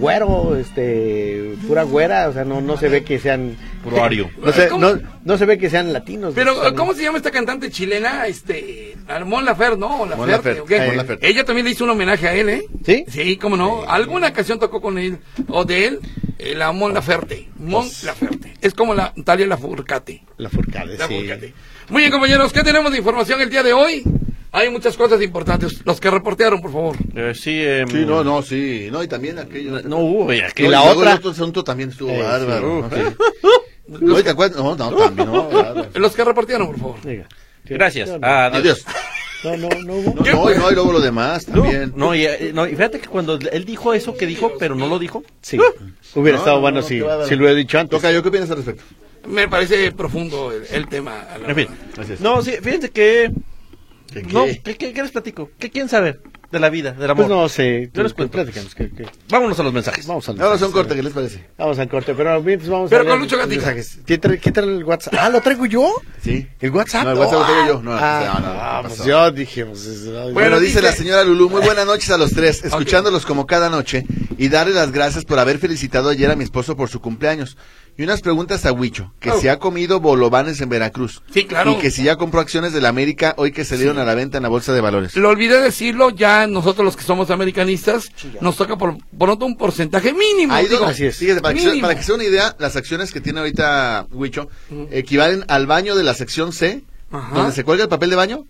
[SPEAKER 2] güero, este, pura güera, o sea, no, no se ve que sean...
[SPEAKER 1] Puro ario.
[SPEAKER 2] (laughs) No se,
[SPEAKER 3] ¿Cómo?
[SPEAKER 2] no, no se ve que sean latinos.
[SPEAKER 3] Pero,
[SPEAKER 2] Son-
[SPEAKER 3] ¿cómo se llama esta cantante chilena? Este, Mon Laferte, ¿no? O
[SPEAKER 4] Mon
[SPEAKER 3] Laferte,
[SPEAKER 4] Laferte,
[SPEAKER 3] ¿o qué?
[SPEAKER 4] Mon Laferte.
[SPEAKER 3] Ella también le hizo un homenaje a él, ¿eh?
[SPEAKER 2] Ah, ¿Sí?
[SPEAKER 3] Sí, cómo no. Alguna canción tocó con él, o de él, eh, la Mon Laferte. Mon Laferte. Es como la Talia Lafourcade.
[SPEAKER 2] La Furcade, Pues, sí.
[SPEAKER 3] Lafourcade. Muy bien, compañeros, ¿qué tenemos de información el día de hoy? Hay muchas cosas importantes. Los que reportearon, por favor.
[SPEAKER 1] Eh, sí, em,
[SPEAKER 4] Sí, no, no, sí. No, y también aquello.
[SPEAKER 1] No, no hubo, eh,
[SPEAKER 4] No,
[SPEAKER 1] aquel-
[SPEAKER 4] y
[SPEAKER 2] la
[SPEAKER 4] luego
[SPEAKER 2] otra?
[SPEAKER 4] el otro asunto también estuvo
[SPEAKER 2] Eh,
[SPEAKER 4] bárbaro. ¿no? Sí. No, y te acuerdas- no, no, también, no, bárbaro.
[SPEAKER 3] Los que reportearon, por favor.
[SPEAKER 2] Venga.
[SPEAKER 3] Ah.
[SPEAKER 1] Gracias.
[SPEAKER 2] No, no.
[SPEAKER 1] Adiós.
[SPEAKER 4] Adiós.
[SPEAKER 2] No, no, no hubo.
[SPEAKER 4] No, y no, y luego lo demás también.
[SPEAKER 1] No, y, eh, no, y fíjate que cuando él dijo eso que dijo, pero no lo dijo. Ah,
[SPEAKER 2] Sí. Hubiera
[SPEAKER 4] No,
[SPEAKER 2] estado
[SPEAKER 4] no,
[SPEAKER 2] bueno
[SPEAKER 4] no,
[SPEAKER 2] si,
[SPEAKER 4] qué bárbaro.
[SPEAKER 2] si lo hubiera dicho antes.
[SPEAKER 4] Toca yo, ¿qué opinas al respecto?
[SPEAKER 3] Me parece profundo el, el tema. a la
[SPEAKER 1] En fin.
[SPEAKER 3] verdad.
[SPEAKER 4] Gracias.
[SPEAKER 1] No, sí, fíjense que.
[SPEAKER 4] ¿Qué-
[SPEAKER 1] No,
[SPEAKER 4] qué?
[SPEAKER 1] ¿qué, qué, qué les platico? ¿Qué quieren saber de la vida, del amor?
[SPEAKER 2] Pues no sé.
[SPEAKER 1] Yo les
[SPEAKER 2] tú-
[SPEAKER 1] cuento.
[SPEAKER 2] platícanos, que- que-
[SPEAKER 1] Vámonos a los mensajes.
[SPEAKER 2] Vamos al
[SPEAKER 4] Ahora son
[SPEAKER 2] mensaje.
[SPEAKER 4] corte, ¿qué les parece?
[SPEAKER 2] Vamos al corte, pero mientras vamos
[SPEAKER 3] Pero
[SPEAKER 2] a leer
[SPEAKER 3] con Lucho
[SPEAKER 2] los
[SPEAKER 3] Gatica.
[SPEAKER 2] mensajes. ¿Qué trae, qué trae el WhatsApp? Ah, ¿lo traigo yo?
[SPEAKER 4] Sí.
[SPEAKER 2] ¿El WhatsApp?
[SPEAKER 4] No, el WhatsApp lo traigo yo. No,
[SPEAKER 2] ah,
[SPEAKER 4] no, no, no,
[SPEAKER 2] ah,
[SPEAKER 4] ¿qué
[SPEAKER 2] pues
[SPEAKER 4] pasó?
[SPEAKER 2] yo dije. pues, es- ay,
[SPEAKER 4] Bueno,
[SPEAKER 3] Bueno,
[SPEAKER 4] dice
[SPEAKER 3] dice-
[SPEAKER 4] la señora Lulú, muy buenas noches a los
[SPEAKER 3] (laughs)
[SPEAKER 4] tres, escuchándolos como cada noche y darle las gracias por haber felicitado ayer a mi esposo por su cumpleaños. Y unas preguntas a Huicho, que
[SPEAKER 3] Oh.
[SPEAKER 4] si ha comido bolovanes en Veracruz.
[SPEAKER 3] Sí, claro.
[SPEAKER 4] Y que si ya compró acciones de la América hoy que salieron a la venta en la bolsa de valores.
[SPEAKER 3] Lo olvidé decirlo, ya nosotros los que somos americanistas, nos toca por pronto un porcentaje mínimo.
[SPEAKER 4] Ahí
[SPEAKER 3] digo,
[SPEAKER 4] digo,
[SPEAKER 2] así es.
[SPEAKER 4] fíjese, para, que se,
[SPEAKER 3] Mínimo.
[SPEAKER 4] para que sea una idea, las acciones que tiene ahorita Huicho equivalen al baño de la sección C,
[SPEAKER 3] Ajá. Ah,
[SPEAKER 4] donde se cuelga el papel de baño,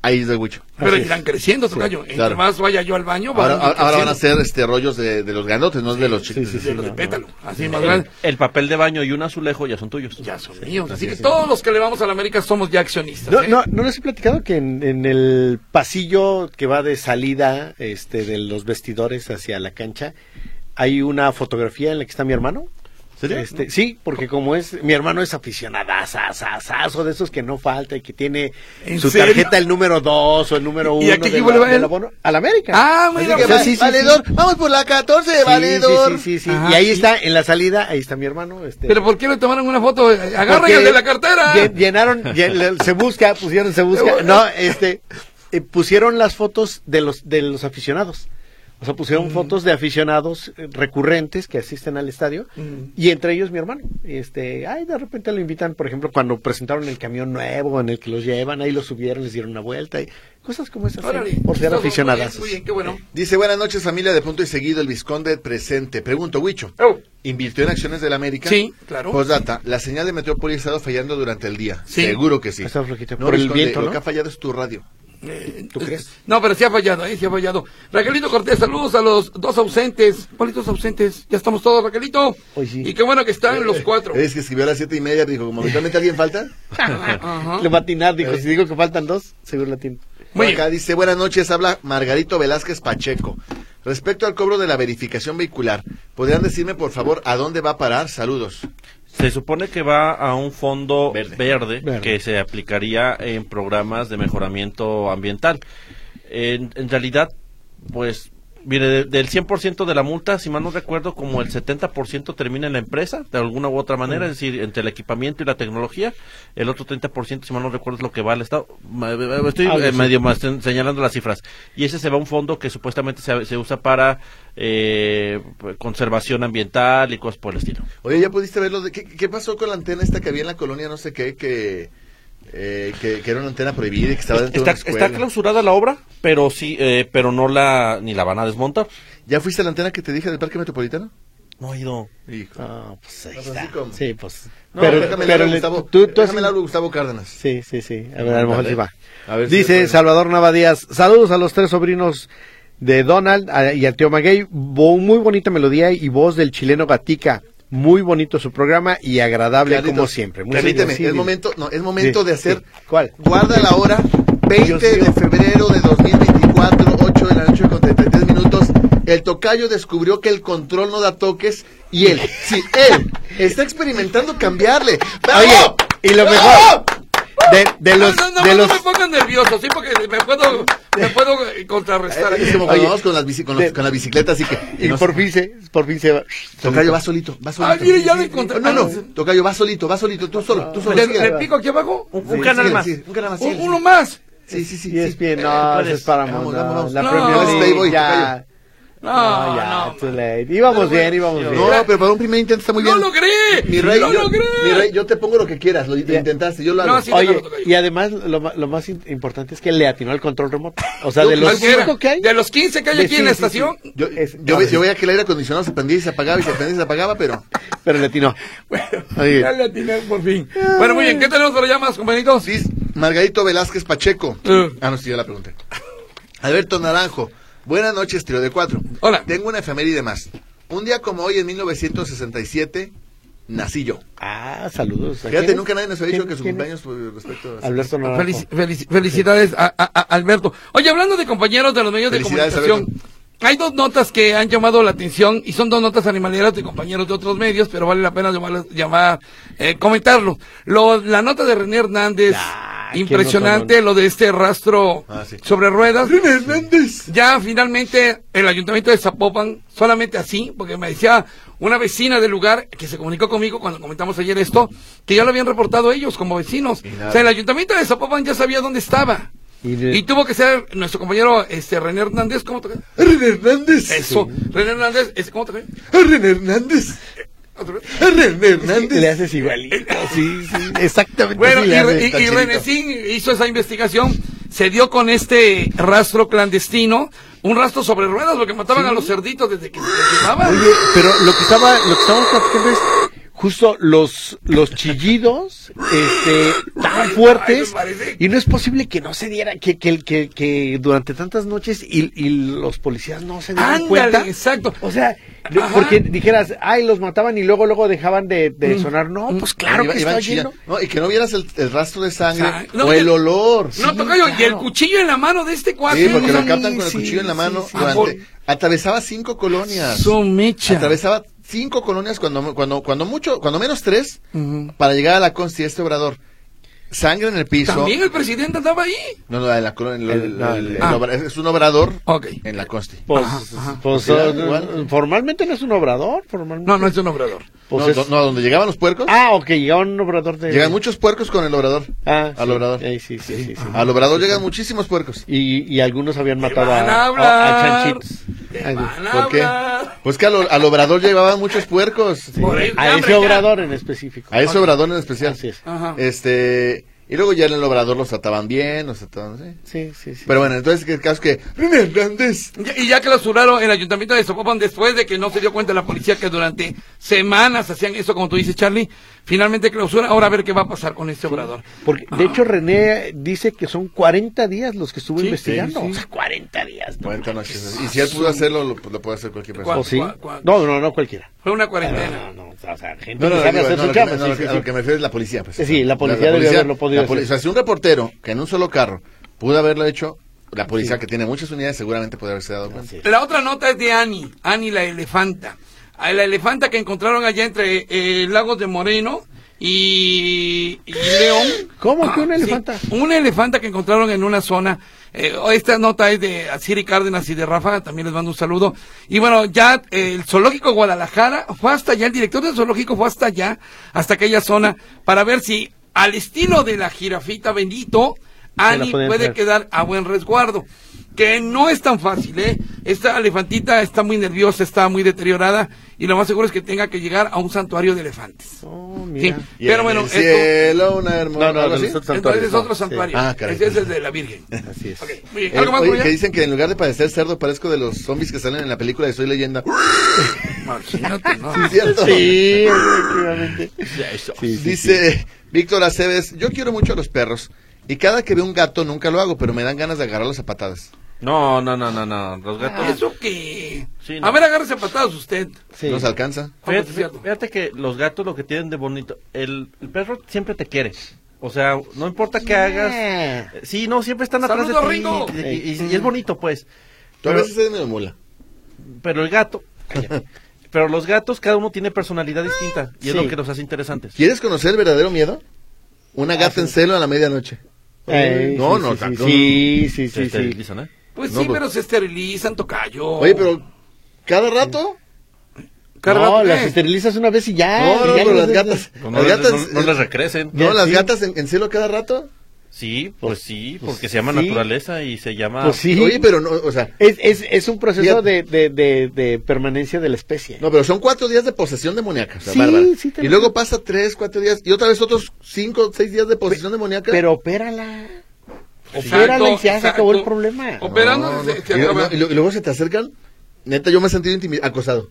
[SPEAKER 4] ahí es de Huicho.
[SPEAKER 3] Pero
[SPEAKER 2] Así
[SPEAKER 3] irán creciendo, tocayo. Entre
[SPEAKER 4] claro.
[SPEAKER 3] más vaya yo al baño, van
[SPEAKER 4] Ahora,
[SPEAKER 3] a ir
[SPEAKER 4] ahora- ahora van a
[SPEAKER 3] creciendo.
[SPEAKER 4] ser este rollos de, de los grandotes, no de los
[SPEAKER 2] Sí,
[SPEAKER 4] chicos.
[SPEAKER 2] sí, sí.
[SPEAKER 3] Los de
[SPEAKER 2] no,
[SPEAKER 3] pétalo, así más
[SPEAKER 1] El,
[SPEAKER 3] grande.
[SPEAKER 1] el papel de baño y un azulejo ya son tuyos.
[SPEAKER 3] Ya son míos. Así que todos los que le vamos a la América somos ya accionistas.
[SPEAKER 2] No,
[SPEAKER 3] ¿eh?
[SPEAKER 2] no, no les he platicado que en, en el pasillo que va de salida este, de los vestidores hacia la cancha hay una fotografía en la que está mi hermano.
[SPEAKER 4] ¿Serio?
[SPEAKER 2] Este, sí, porque como es, mi hermano es aficionadazo, de esos que no falta y que tiene
[SPEAKER 3] ¿En
[SPEAKER 2] su
[SPEAKER 3] serio?
[SPEAKER 2] tarjeta el número 2 o el número
[SPEAKER 3] ¿Y a
[SPEAKER 2] 1
[SPEAKER 3] qué equipo le va él?
[SPEAKER 2] al América.
[SPEAKER 3] Ah,
[SPEAKER 4] Así
[SPEAKER 3] mira,
[SPEAKER 4] que
[SPEAKER 3] o sea,
[SPEAKER 4] va-
[SPEAKER 2] sí, sí,
[SPEAKER 4] valedor,
[SPEAKER 2] sí.
[SPEAKER 4] vamos por la 14,
[SPEAKER 2] Sí,
[SPEAKER 4] valedor.
[SPEAKER 2] Sí, sí, sí, sí.
[SPEAKER 3] Ajá.
[SPEAKER 2] y ahí está, en la salida, ahí está mi hermano. Este,
[SPEAKER 3] Pero ¿por qué le tomaron una foto? Agarren
[SPEAKER 2] Porque
[SPEAKER 3] el de la cartera.
[SPEAKER 2] llen- Llenaron, llen- le- se busca, pusieron, se busca. No, este, eh, pusieron las fotos de los, de los aficionados. O sea,
[SPEAKER 3] Mm.
[SPEAKER 2] pusieron fotos de aficionados eh, recurrentes que asisten al estadio
[SPEAKER 3] Mm.
[SPEAKER 2] y entre ellos mi hermano. Este, ay, de repente lo invitan, por ejemplo, cuando presentaron el camión nuevo en el que los llevan, ahí los subieron, les dieron una vuelta y cosas como esas.
[SPEAKER 3] Órale.
[SPEAKER 2] sí, Por ser
[SPEAKER 3] Todo, muy bien,
[SPEAKER 2] aficionadas.
[SPEAKER 3] Muy bien, qué bueno.
[SPEAKER 4] Dice, buenas noches familia de Punto y Seguido, el Visconde presente. Pregunto, Huicho,
[SPEAKER 3] Oh.
[SPEAKER 4] ¿invirtió en acciones del América?
[SPEAKER 3] Sí, claro.
[SPEAKER 4] Postdata, la señal de Metrópoli ha estado fallando durante el día.
[SPEAKER 3] Sí.
[SPEAKER 4] Seguro que sí.
[SPEAKER 2] Está flojita.
[SPEAKER 4] No,
[SPEAKER 2] Por el
[SPEAKER 4] Visconde,
[SPEAKER 2] viento,
[SPEAKER 4] lo
[SPEAKER 2] ¿no?
[SPEAKER 4] que ha fallado es tu radio.
[SPEAKER 3] ¿Tú crees? No, pero sí ha fallado, ¿eh? Sí ha fallado. Raquelito Cortés, saludos a los dos ausentes. ¿Cuáles dos ausentes? Ya estamos todos, Raquelito.
[SPEAKER 2] Oye, sí.
[SPEAKER 3] Y qué bueno que están los cuatro.
[SPEAKER 4] Es que escribió a las siete y media, dijo, como habitualmente alguien falta.
[SPEAKER 3] (laughs) Ajá.
[SPEAKER 2] Le va a atinar, dijo, si digo que faltan dos, seguro la tiene.
[SPEAKER 4] Por
[SPEAKER 3] Muy
[SPEAKER 4] acá
[SPEAKER 3] bien.
[SPEAKER 4] dice, buenas noches, habla Margarito Velázquez Pacheco. Respecto al cobro de la verificación vehicular, ¿podrían decirme, por favor, a dónde va a parar? Saludos.
[SPEAKER 1] Se supone que va a un fondo
[SPEAKER 4] Verde.
[SPEAKER 1] verde,
[SPEAKER 2] Verde.
[SPEAKER 1] que se aplicaría en programas de mejoramiento ambiental. En, en realidad, pues, mire, de- del 100% de la multa, si mal no recuerdo, como el 70% termina en la empresa, de alguna u otra manera,
[SPEAKER 2] Mm.
[SPEAKER 1] es decir, entre el equipamiento y la tecnología, el otro 30%, si mal no recuerdo, es lo que va al Estado. Ma- ma- Estoy
[SPEAKER 2] Algo
[SPEAKER 1] eh,
[SPEAKER 2] así.
[SPEAKER 1] medio más en- señalando las cifras. Y ese se va a un fondo que supuestamente se, se usa para eh, conservación ambiental y cosas por el estilo.
[SPEAKER 4] Oye, ¿ya pudiste verlo? De, ¿qué, qué pasó con la antena esta que había en la colonia, no sé qué, que, eh, que, que era una antena prohibida y que estaba dentro
[SPEAKER 1] Está,
[SPEAKER 4] de una escuela?
[SPEAKER 1] está clausurada la obra, pero sí, eh, pero no la ni la van a desmontar.
[SPEAKER 4] ¿Ya fuiste a la antena que te dije del Parque Metropolitano?
[SPEAKER 1] No ha ido.
[SPEAKER 4] Hijo.
[SPEAKER 2] Ah, pues ahí
[SPEAKER 4] Pues
[SPEAKER 2] está.
[SPEAKER 4] así como-
[SPEAKER 2] Sí, pues.
[SPEAKER 4] No,
[SPEAKER 2] pero,
[SPEAKER 4] déjame
[SPEAKER 2] pero
[SPEAKER 4] hablar a
[SPEAKER 2] le-
[SPEAKER 4] Gustavo,
[SPEAKER 2] tú, tú
[SPEAKER 4] déjame
[SPEAKER 2] has-
[SPEAKER 4] hablar a Gustavo Cárdenas.
[SPEAKER 2] Sí, sí, sí. A ver, a lo mejor sí va.
[SPEAKER 4] A ver si
[SPEAKER 2] Dice
[SPEAKER 4] puede.
[SPEAKER 2] Salvador Nava Díaz, saludos a los tres sobrinos de Donald a- y al tío Maguey. Bo- Muy bonita melodía y voz del chileno Gatica. Muy bonito su programa y agradable
[SPEAKER 4] Carlitos,
[SPEAKER 2] como siempre. Muy
[SPEAKER 4] permíteme,
[SPEAKER 2] sencillo, sí,
[SPEAKER 4] es
[SPEAKER 2] sí.
[SPEAKER 4] momento, no, es momento
[SPEAKER 2] Sí,
[SPEAKER 4] de hacer.
[SPEAKER 2] sí. ¿Cuál?
[SPEAKER 4] Guarda la hora, 20
[SPEAKER 2] Dios
[SPEAKER 4] de
[SPEAKER 2] mío.
[SPEAKER 4] febrero de 2024, 8 de la noche con 33 minutos. El tocayo descubrió que el control no da toques y él, sí, él está experimentando cambiarle. ¡Bravo!
[SPEAKER 2] Oye, y lo mejor, de, de los,
[SPEAKER 3] no, no, no,
[SPEAKER 2] de
[SPEAKER 3] no
[SPEAKER 2] los,
[SPEAKER 3] me pongan nervioso, sí, porque me puedo, me puedo eh, contrarrestar.
[SPEAKER 4] Es
[SPEAKER 3] aquí.
[SPEAKER 4] como cuando
[SPEAKER 2] Oye,
[SPEAKER 4] vamos con, las bici- con, los-
[SPEAKER 2] de-
[SPEAKER 4] con la bicicleta, así que.
[SPEAKER 2] y
[SPEAKER 4] no
[SPEAKER 2] por
[SPEAKER 4] sé.
[SPEAKER 2] fin se, por fin se va.
[SPEAKER 4] Tocayo va solito, va solito.
[SPEAKER 3] mire, ya lo encontré.
[SPEAKER 4] No, no, Tocayo va solito, va solito, tú solo, tú solo.
[SPEAKER 3] ¿Le,
[SPEAKER 4] sigue.
[SPEAKER 3] le pico aquí abajo?
[SPEAKER 1] Un,
[SPEAKER 4] Sí,
[SPEAKER 1] un canal
[SPEAKER 4] sigue,
[SPEAKER 1] más.
[SPEAKER 4] sigue, un canal más.
[SPEAKER 3] Un-
[SPEAKER 4] sigue,
[SPEAKER 3] uno
[SPEAKER 4] sigue.
[SPEAKER 3] más.
[SPEAKER 4] Sí, sí, sí.
[SPEAKER 2] Y es
[SPEAKER 4] sí.
[SPEAKER 2] bien,
[SPEAKER 4] Eh,
[SPEAKER 2] no,
[SPEAKER 1] puedes.
[SPEAKER 2] eso es para
[SPEAKER 4] Vamos,
[SPEAKER 2] no,
[SPEAKER 4] vamos, vamos.
[SPEAKER 2] La
[SPEAKER 3] No,
[SPEAKER 2] Premier
[SPEAKER 3] es
[SPEAKER 4] Playboy,
[SPEAKER 2] League, ya.
[SPEAKER 4] Tocayo.
[SPEAKER 3] No,
[SPEAKER 2] No,
[SPEAKER 3] no.
[SPEAKER 2] ya,
[SPEAKER 3] man.
[SPEAKER 2] too late. Íbamos bien, íbamos bien.
[SPEAKER 4] No, pero para un primer intento está muy
[SPEAKER 3] ¡No
[SPEAKER 4] bien.
[SPEAKER 3] logré!
[SPEAKER 4] Mi rey,
[SPEAKER 3] ¡No
[SPEAKER 4] yo,
[SPEAKER 3] logré!
[SPEAKER 4] mi rey, yo te pongo lo que quieras, lo lo intentaste, yo lo hago.
[SPEAKER 3] No, sí,
[SPEAKER 2] Oye,
[SPEAKER 3] déjalo, tocayo.
[SPEAKER 2] y además lo, ma- lo más in- importante es que le atinó al control remoto. O sea, de
[SPEAKER 3] Yo
[SPEAKER 2] los
[SPEAKER 3] cualquiera.
[SPEAKER 2] cinco que hay,
[SPEAKER 3] De los 15 que hay
[SPEAKER 2] de-
[SPEAKER 3] aquí en la
[SPEAKER 2] sí, sí, sí.
[SPEAKER 3] estación. (laughs)
[SPEAKER 4] Yo,
[SPEAKER 2] Es-
[SPEAKER 4] yo, ve- yo veía que el aire acondicionado se prendía y se apagaba y se prendía y se apagaba, pero
[SPEAKER 2] pero le atinó.
[SPEAKER 4] Oye.
[SPEAKER 3] Ya le atiné por fin. Bueno, muy bien, ¿qué tenemos para allá más, compañeritos?
[SPEAKER 4] sí, Margarito Velázquez Pacheco.
[SPEAKER 3] Eh.
[SPEAKER 4] Ah, no, sí, ya la pregunté. Alberto Naranjo. Buenas noches, trío de cuatro.
[SPEAKER 3] Hola.
[SPEAKER 4] Tengo una efeméride más. Un día como hoy, en 1967, nací yo.
[SPEAKER 2] Ah, saludos. ¿A quién
[SPEAKER 4] Fíjate,
[SPEAKER 2] es?
[SPEAKER 4] nunca nadie nos había dicho
[SPEAKER 2] ¿Quién-
[SPEAKER 4] que su
[SPEAKER 2] quién
[SPEAKER 4] cumpleaños fue respecto
[SPEAKER 2] es?
[SPEAKER 4] a...
[SPEAKER 2] Alberto Naranjo.
[SPEAKER 3] Felici- felici- felicidades a, a- a Alberto. Oye, hablando de compañeros de los medios de
[SPEAKER 4] Felicidades,
[SPEAKER 3] comunicación,
[SPEAKER 4] Alberto.
[SPEAKER 3] hay dos notas que han llamado la atención y son dos notas animaleras de compañeros de otros medios, pero vale la pena llamarlas- llamar, eh, comentarlos. Lo- la nota de René Hernández,
[SPEAKER 2] Ah, qué
[SPEAKER 3] impresionante,
[SPEAKER 2] notarón.
[SPEAKER 3] lo de este rastro
[SPEAKER 4] Ah, sí.
[SPEAKER 3] sobre ruedas.
[SPEAKER 4] Hernández.
[SPEAKER 3] Ya finalmente el ayuntamiento de Zapopan, solamente así, porque me decía una vecina del lugar que se comunicó conmigo cuando comentamos ayer esto, que ya lo habían reportado ellos como vecinos.
[SPEAKER 4] nada.
[SPEAKER 3] O sea, el ayuntamiento de Zapopan ya sabía dónde estaba.
[SPEAKER 2] Y de-
[SPEAKER 3] Y tuvo que ser nuestro compañero este René Hernández, ¿cómo toca?
[SPEAKER 4] René Hernández.
[SPEAKER 3] Eso, René Hernández, es- ¿cómo toca?
[SPEAKER 4] René Hernández. René
[SPEAKER 2] Le
[SPEAKER 4] (laughs)
[SPEAKER 2] haces igualito. Sí, sí, exactamente.
[SPEAKER 3] Bueno, y,
[SPEAKER 2] Pues sí le haces,
[SPEAKER 3] Re- y-
[SPEAKER 2] tan
[SPEAKER 3] y
[SPEAKER 2] chiquito.
[SPEAKER 3] Renecín hizo esa investigación, se dio con este rastro clandestino, un rastro sobre ruedas, porque mataban a los cerditos desde que se los llevaban.
[SPEAKER 2] Oye, pero lo que estaba, lo que estábamos platicando es justo los, los chillidos, este, tan fuertes,
[SPEAKER 3] Ay, me parece.
[SPEAKER 2] y no es posible que no se diera, que, que, que, que durante tantas noches y, y los policías no se dieran
[SPEAKER 3] Ándale,
[SPEAKER 2] cuenta.
[SPEAKER 3] exacto.
[SPEAKER 2] O sea, de-
[SPEAKER 3] Ajá.
[SPEAKER 2] porque dijeras, ay, los mataban y luego, luego dejaban de, de sonar. No, pues claro
[SPEAKER 4] Iba-
[SPEAKER 2] que
[SPEAKER 4] iban
[SPEAKER 2] estaba
[SPEAKER 4] chillando.
[SPEAKER 2] lleno.
[SPEAKER 4] No, y que no vieras el, el rastro de sangre
[SPEAKER 3] Sa- no,
[SPEAKER 4] o el
[SPEAKER 3] y-
[SPEAKER 4] olor.
[SPEAKER 3] No,
[SPEAKER 4] Sí,
[SPEAKER 3] tocayo, y el
[SPEAKER 2] claro.
[SPEAKER 3] cuchillo en la mano de este cuate.
[SPEAKER 4] Sí, porque lo
[SPEAKER 3] no,
[SPEAKER 4] captan con el
[SPEAKER 2] sí,
[SPEAKER 4] cuchillo en la
[SPEAKER 2] sí,
[SPEAKER 4] mano.
[SPEAKER 2] sí, sí.
[SPEAKER 4] durante-
[SPEAKER 3] Ah,
[SPEAKER 4] atravesaba cinco colonias.
[SPEAKER 3] Su mecha.
[SPEAKER 4] Atravesaba cinco colonias cuando, cuando, cuando mucho, cuando menos tres, para llegar a la consti de este obrador. Sangre en el piso.
[SPEAKER 3] También el presidente andaba ahí.
[SPEAKER 4] No, no, en la colonia. en el-
[SPEAKER 2] El- no,
[SPEAKER 4] el-
[SPEAKER 2] el-
[SPEAKER 4] el
[SPEAKER 3] Ah.
[SPEAKER 4] obra- es un obrador
[SPEAKER 3] Ok.
[SPEAKER 4] en la consti.
[SPEAKER 2] Pues, pues,
[SPEAKER 4] Sí,
[SPEAKER 2] eh,
[SPEAKER 4] igual.
[SPEAKER 2] formalmente no es un obrador, formalmente.
[SPEAKER 3] No, no es un obrador.
[SPEAKER 2] Pues
[SPEAKER 4] no,
[SPEAKER 2] es-
[SPEAKER 4] do- no, donde llegaban los puercos.
[SPEAKER 2] Ah, ok, llegaba un obrador de...
[SPEAKER 4] Llegan muchos puercos con el obrador.
[SPEAKER 2] Ah,
[SPEAKER 4] al
[SPEAKER 2] sí,
[SPEAKER 4] obrador.
[SPEAKER 2] ahí sí, sí, sí, sí.
[SPEAKER 4] Al obrador llegan muchísimos puercos.
[SPEAKER 2] Y, y algunos habían matado
[SPEAKER 3] van a
[SPEAKER 2] a, a,
[SPEAKER 3] hablar.
[SPEAKER 2] chanchitos.
[SPEAKER 3] Te
[SPEAKER 2] Ay,
[SPEAKER 3] van a
[SPEAKER 4] ¿Por qué?
[SPEAKER 3] hablar.
[SPEAKER 4] Pues que al, o- al obrador llevaban muchos puercos.
[SPEAKER 3] Por eso, ya, hombre,
[SPEAKER 2] A Ah, ese
[SPEAKER 3] ya.
[SPEAKER 2] obrador en específico.
[SPEAKER 4] A ese obrador en especial.
[SPEAKER 2] Así es.
[SPEAKER 3] Ajá.
[SPEAKER 4] Este. Y luego ya en el obrador los trataban bien, los trataban. sí.
[SPEAKER 2] Sí, sí, sí.
[SPEAKER 4] Pero bueno, entonces el caso es que. René Hernández.
[SPEAKER 3] Ya- Y ya clausuraron el ayuntamiento de Zapopan después de que no se dio cuenta la policía que durante semanas hacían eso, como tú dices, Charlie. Finalmente clausura. Ahora a ver qué va a pasar con este obrador.
[SPEAKER 2] Porque, de hecho, René dice que son 40 días los que estuvo
[SPEAKER 3] Sí,
[SPEAKER 2] investigando.
[SPEAKER 3] sí, sí.
[SPEAKER 2] O sea, 40 días. ¿no?
[SPEAKER 4] Cuarenta noches. Y si él pudo hacerlo, lo, pues, lo puede hacer cualquier persona.
[SPEAKER 2] ¿O sí?
[SPEAKER 3] Cua- cua-
[SPEAKER 2] No, no, no cualquiera.
[SPEAKER 3] Fue una
[SPEAKER 2] No,
[SPEAKER 3] cuarentena.
[SPEAKER 2] no, no, o sea, gente
[SPEAKER 4] No, no,
[SPEAKER 2] que
[SPEAKER 4] no,
[SPEAKER 2] sabe
[SPEAKER 4] digo,
[SPEAKER 2] hacer
[SPEAKER 4] no,
[SPEAKER 2] su
[SPEAKER 4] lo que me-
[SPEAKER 2] chamba.
[SPEAKER 4] no,
[SPEAKER 2] sí,
[SPEAKER 4] lo
[SPEAKER 2] sí,
[SPEAKER 4] que- a
[SPEAKER 2] sí.
[SPEAKER 4] lo que me refiero es la policía. pues,
[SPEAKER 2] Sí,
[SPEAKER 4] eso.
[SPEAKER 2] la policía debió haberlo podido
[SPEAKER 4] la poli-
[SPEAKER 2] hacer.
[SPEAKER 4] O sea, si un reportero que en un solo carro pudo haberlo hecho, la policía que tiene muchas unidades seguramente podría haberse dado cuenta.
[SPEAKER 2] Así es.
[SPEAKER 3] La otra nota es de Ani, Ani la elefanta. A la elefanta que encontraron allá entre eh, Lagos de Moreno y, y León.
[SPEAKER 2] ¿Cómo que una
[SPEAKER 3] Ah, sí,
[SPEAKER 2] elefanta?
[SPEAKER 3] una elefanta que encontraron en una zona. eh, esta nota es de Asiri Cárdenas y de Rafa, también les mando un saludo. Y bueno, ya eh, el zoológico Guadalajara fue hasta allá, el director del zoológico fue hasta allá, hasta aquella zona, para ver si al estilo de la jirafita Benito, Ani
[SPEAKER 2] podían
[SPEAKER 3] puede
[SPEAKER 2] traer.
[SPEAKER 3] quedar a buen resguardo. Que no es tan fácil, ¿eh? Esta elefantita está muy nerviosa, está muy deteriorada y lo más seguro es que tenga que llegar a un santuario de elefantes.
[SPEAKER 2] Oh,
[SPEAKER 3] Sí,
[SPEAKER 2] mira.
[SPEAKER 4] Y
[SPEAKER 3] pero
[SPEAKER 4] en
[SPEAKER 3] bueno,
[SPEAKER 4] el
[SPEAKER 3] esto-
[SPEAKER 4] cielo, una hermosa.
[SPEAKER 2] No, no,
[SPEAKER 4] algo
[SPEAKER 2] de
[SPEAKER 4] así.
[SPEAKER 2] los otros-
[SPEAKER 3] entonces es
[SPEAKER 2] no,
[SPEAKER 3] otro
[SPEAKER 2] sí.
[SPEAKER 3] santuario.
[SPEAKER 4] Ah, caray.
[SPEAKER 3] Ese es el de la Virgen.
[SPEAKER 2] Así es.
[SPEAKER 3] Ok, muy bien.
[SPEAKER 4] Eh,
[SPEAKER 3] ¿Algo más,
[SPEAKER 4] oye,
[SPEAKER 3] Gurria?
[SPEAKER 4] que dicen que en lugar de padecer cerdo parezco de los zombies que salen en la película de
[SPEAKER 3] (laughs)
[SPEAKER 4] Soy Leyenda.
[SPEAKER 3] Imagínate, ¿no?
[SPEAKER 4] (laughs) ¿Sí es cierto?
[SPEAKER 2] Sí, efectivamente. Sí, sí,
[SPEAKER 4] Dice Víctor Aceves, yo quiero mucho a los perros y cada que veo un gato nunca lo hago, pero me dan ganas de agarrarlos a patadas.
[SPEAKER 1] No, no, no, no, no. Los
[SPEAKER 3] Ah,
[SPEAKER 1] gatos.
[SPEAKER 3] ¿Eso qué?
[SPEAKER 1] Sí, no.
[SPEAKER 3] A ver, agárrese a patadas usted.
[SPEAKER 2] sí.
[SPEAKER 4] ¿Nos alcanza?
[SPEAKER 3] Vamos,
[SPEAKER 1] Fíjate,
[SPEAKER 3] es cierto.
[SPEAKER 1] fíjate que los gatos lo que tienen de bonito. El, el perro siempre te quiere. O sea, no importa qué hagas.
[SPEAKER 2] Ah.
[SPEAKER 1] eh, Sí, no, siempre están atrás de
[SPEAKER 3] ¡Saludos,
[SPEAKER 1] ti.
[SPEAKER 3] Ringo!
[SPEAKER 1] Y, y- y- y es bonito, pues.
[SPEAKER 4] Tú a
[SPEAKER 1] Pero-
[SPEAKER 4] veces eres medio mula.
[SPEAKER 1] Pero el gato.
[SPEAKER 2] (laughs)
[SPEAKER 1] Pero los gatos, cada uno tiene personalidad distinta. Y es
[SPEAKER 2] Sí.
[SPEAKER 1] lo que los hace interesantes.
[SPEAKER 4] ¿Quieres conocer el verdadero miedo? Una
[SPEAKER 2] Ah,
[SPEAKER 4] gata en celo a la medianoche.
[SPEAKER 2] Eh,
[SPEAKER 4] No,
[SPEAKER 2] sí,
[SPEAKER 4] no,
[SPEAKER 2] sí,
[SPEAKER 4] tanto.
[SPEAKER 2] sí,
[SPEAKER 1] Se
[SPEAKER 2] sí, sí, sí.
[SPEAKER 1] esterilizan, ¿eh?
[SPEAKER 3] Pues
[SPEAKER 4] No,
[SPEAKER 3] sí,
[SPEAKER 4] pues-
[SPEAKER 3] pero se esterilizan, tocayo.
[SPEAKER 4] Oye, pero cada rato.
[SPEAKER 3] Carla,
[SPEAKER 2] No, las
[SPEAKER 3] ¿qué?
[SPEAKER 2] esterilizas una vez y ya.
[SPEAKER 4] No, no,
[SPEAKER 2] y ya
[SPEAKER 4] pero
[SPEAKER 2] no-
[SPEAKER 4] las gatas.
[SPEAKER 1] Pues No,
[SPEAKER 4] las
[SPEAKER 1] no,
[SPEAKER 4] gatas,
[SPEAKER 1] no- no les recrecen.
[SPEAKER 4] No,
[SPEAKER 2] Ya,
[SPEAKER 4] las
[SPEAKER 2] sí.
[SPEAKER 4] gatas en, en celo cada rato.
[SPEAKER 1] Sí, pues sí, porque
[SPEAKER 2] pues
[SPEAKER 1] se llama
[SPEAKER 2] sí.
[SPEAKER 1] naturaleza y se llama...
[SPEAKER 2] Pues sí.
[SPEAKER 4] Oye, pero no, o sea.
[SPEAKER 2] Es, es, es un proceso
[SPEAKER 4] Fíjate.
[SPEAKER 2] de, de, de, de permanencia de la especie.
[SPEAKER 4] No, pero son cuatro días de posesión demoníaca. O sea,
[SPEAKER 2] Sí,
[SPEAKER 4] bárbara.
[SPEAKER 2] sí, te
[SPEAKER 4] y
[SPEAKER 2] lo-
[SPEAKER 4] luego pasa tres, cuatro días. Y otra vez otros cinco, seis días de posesión demoníaca.
[SPEAKER 2] Pero opérala.
[SPEAKER 3] Exacto,
[SPEAKER 2] Opérala y ya se acabó el
[SPEAKER 3] exacto.
[SPEAKER 2] problema.
[SPEAKER 4] No,
[SPEAKER 3] Operando
[SPEAKER 4] no.
[SPEAKER 3] se- se
[SPEAKER 4] Y,
[SPEAKER 3] acaba.
[SPEAKER 4] no, y lo- y luego se te acercan Neta, yo me he sentido intimi- acosado.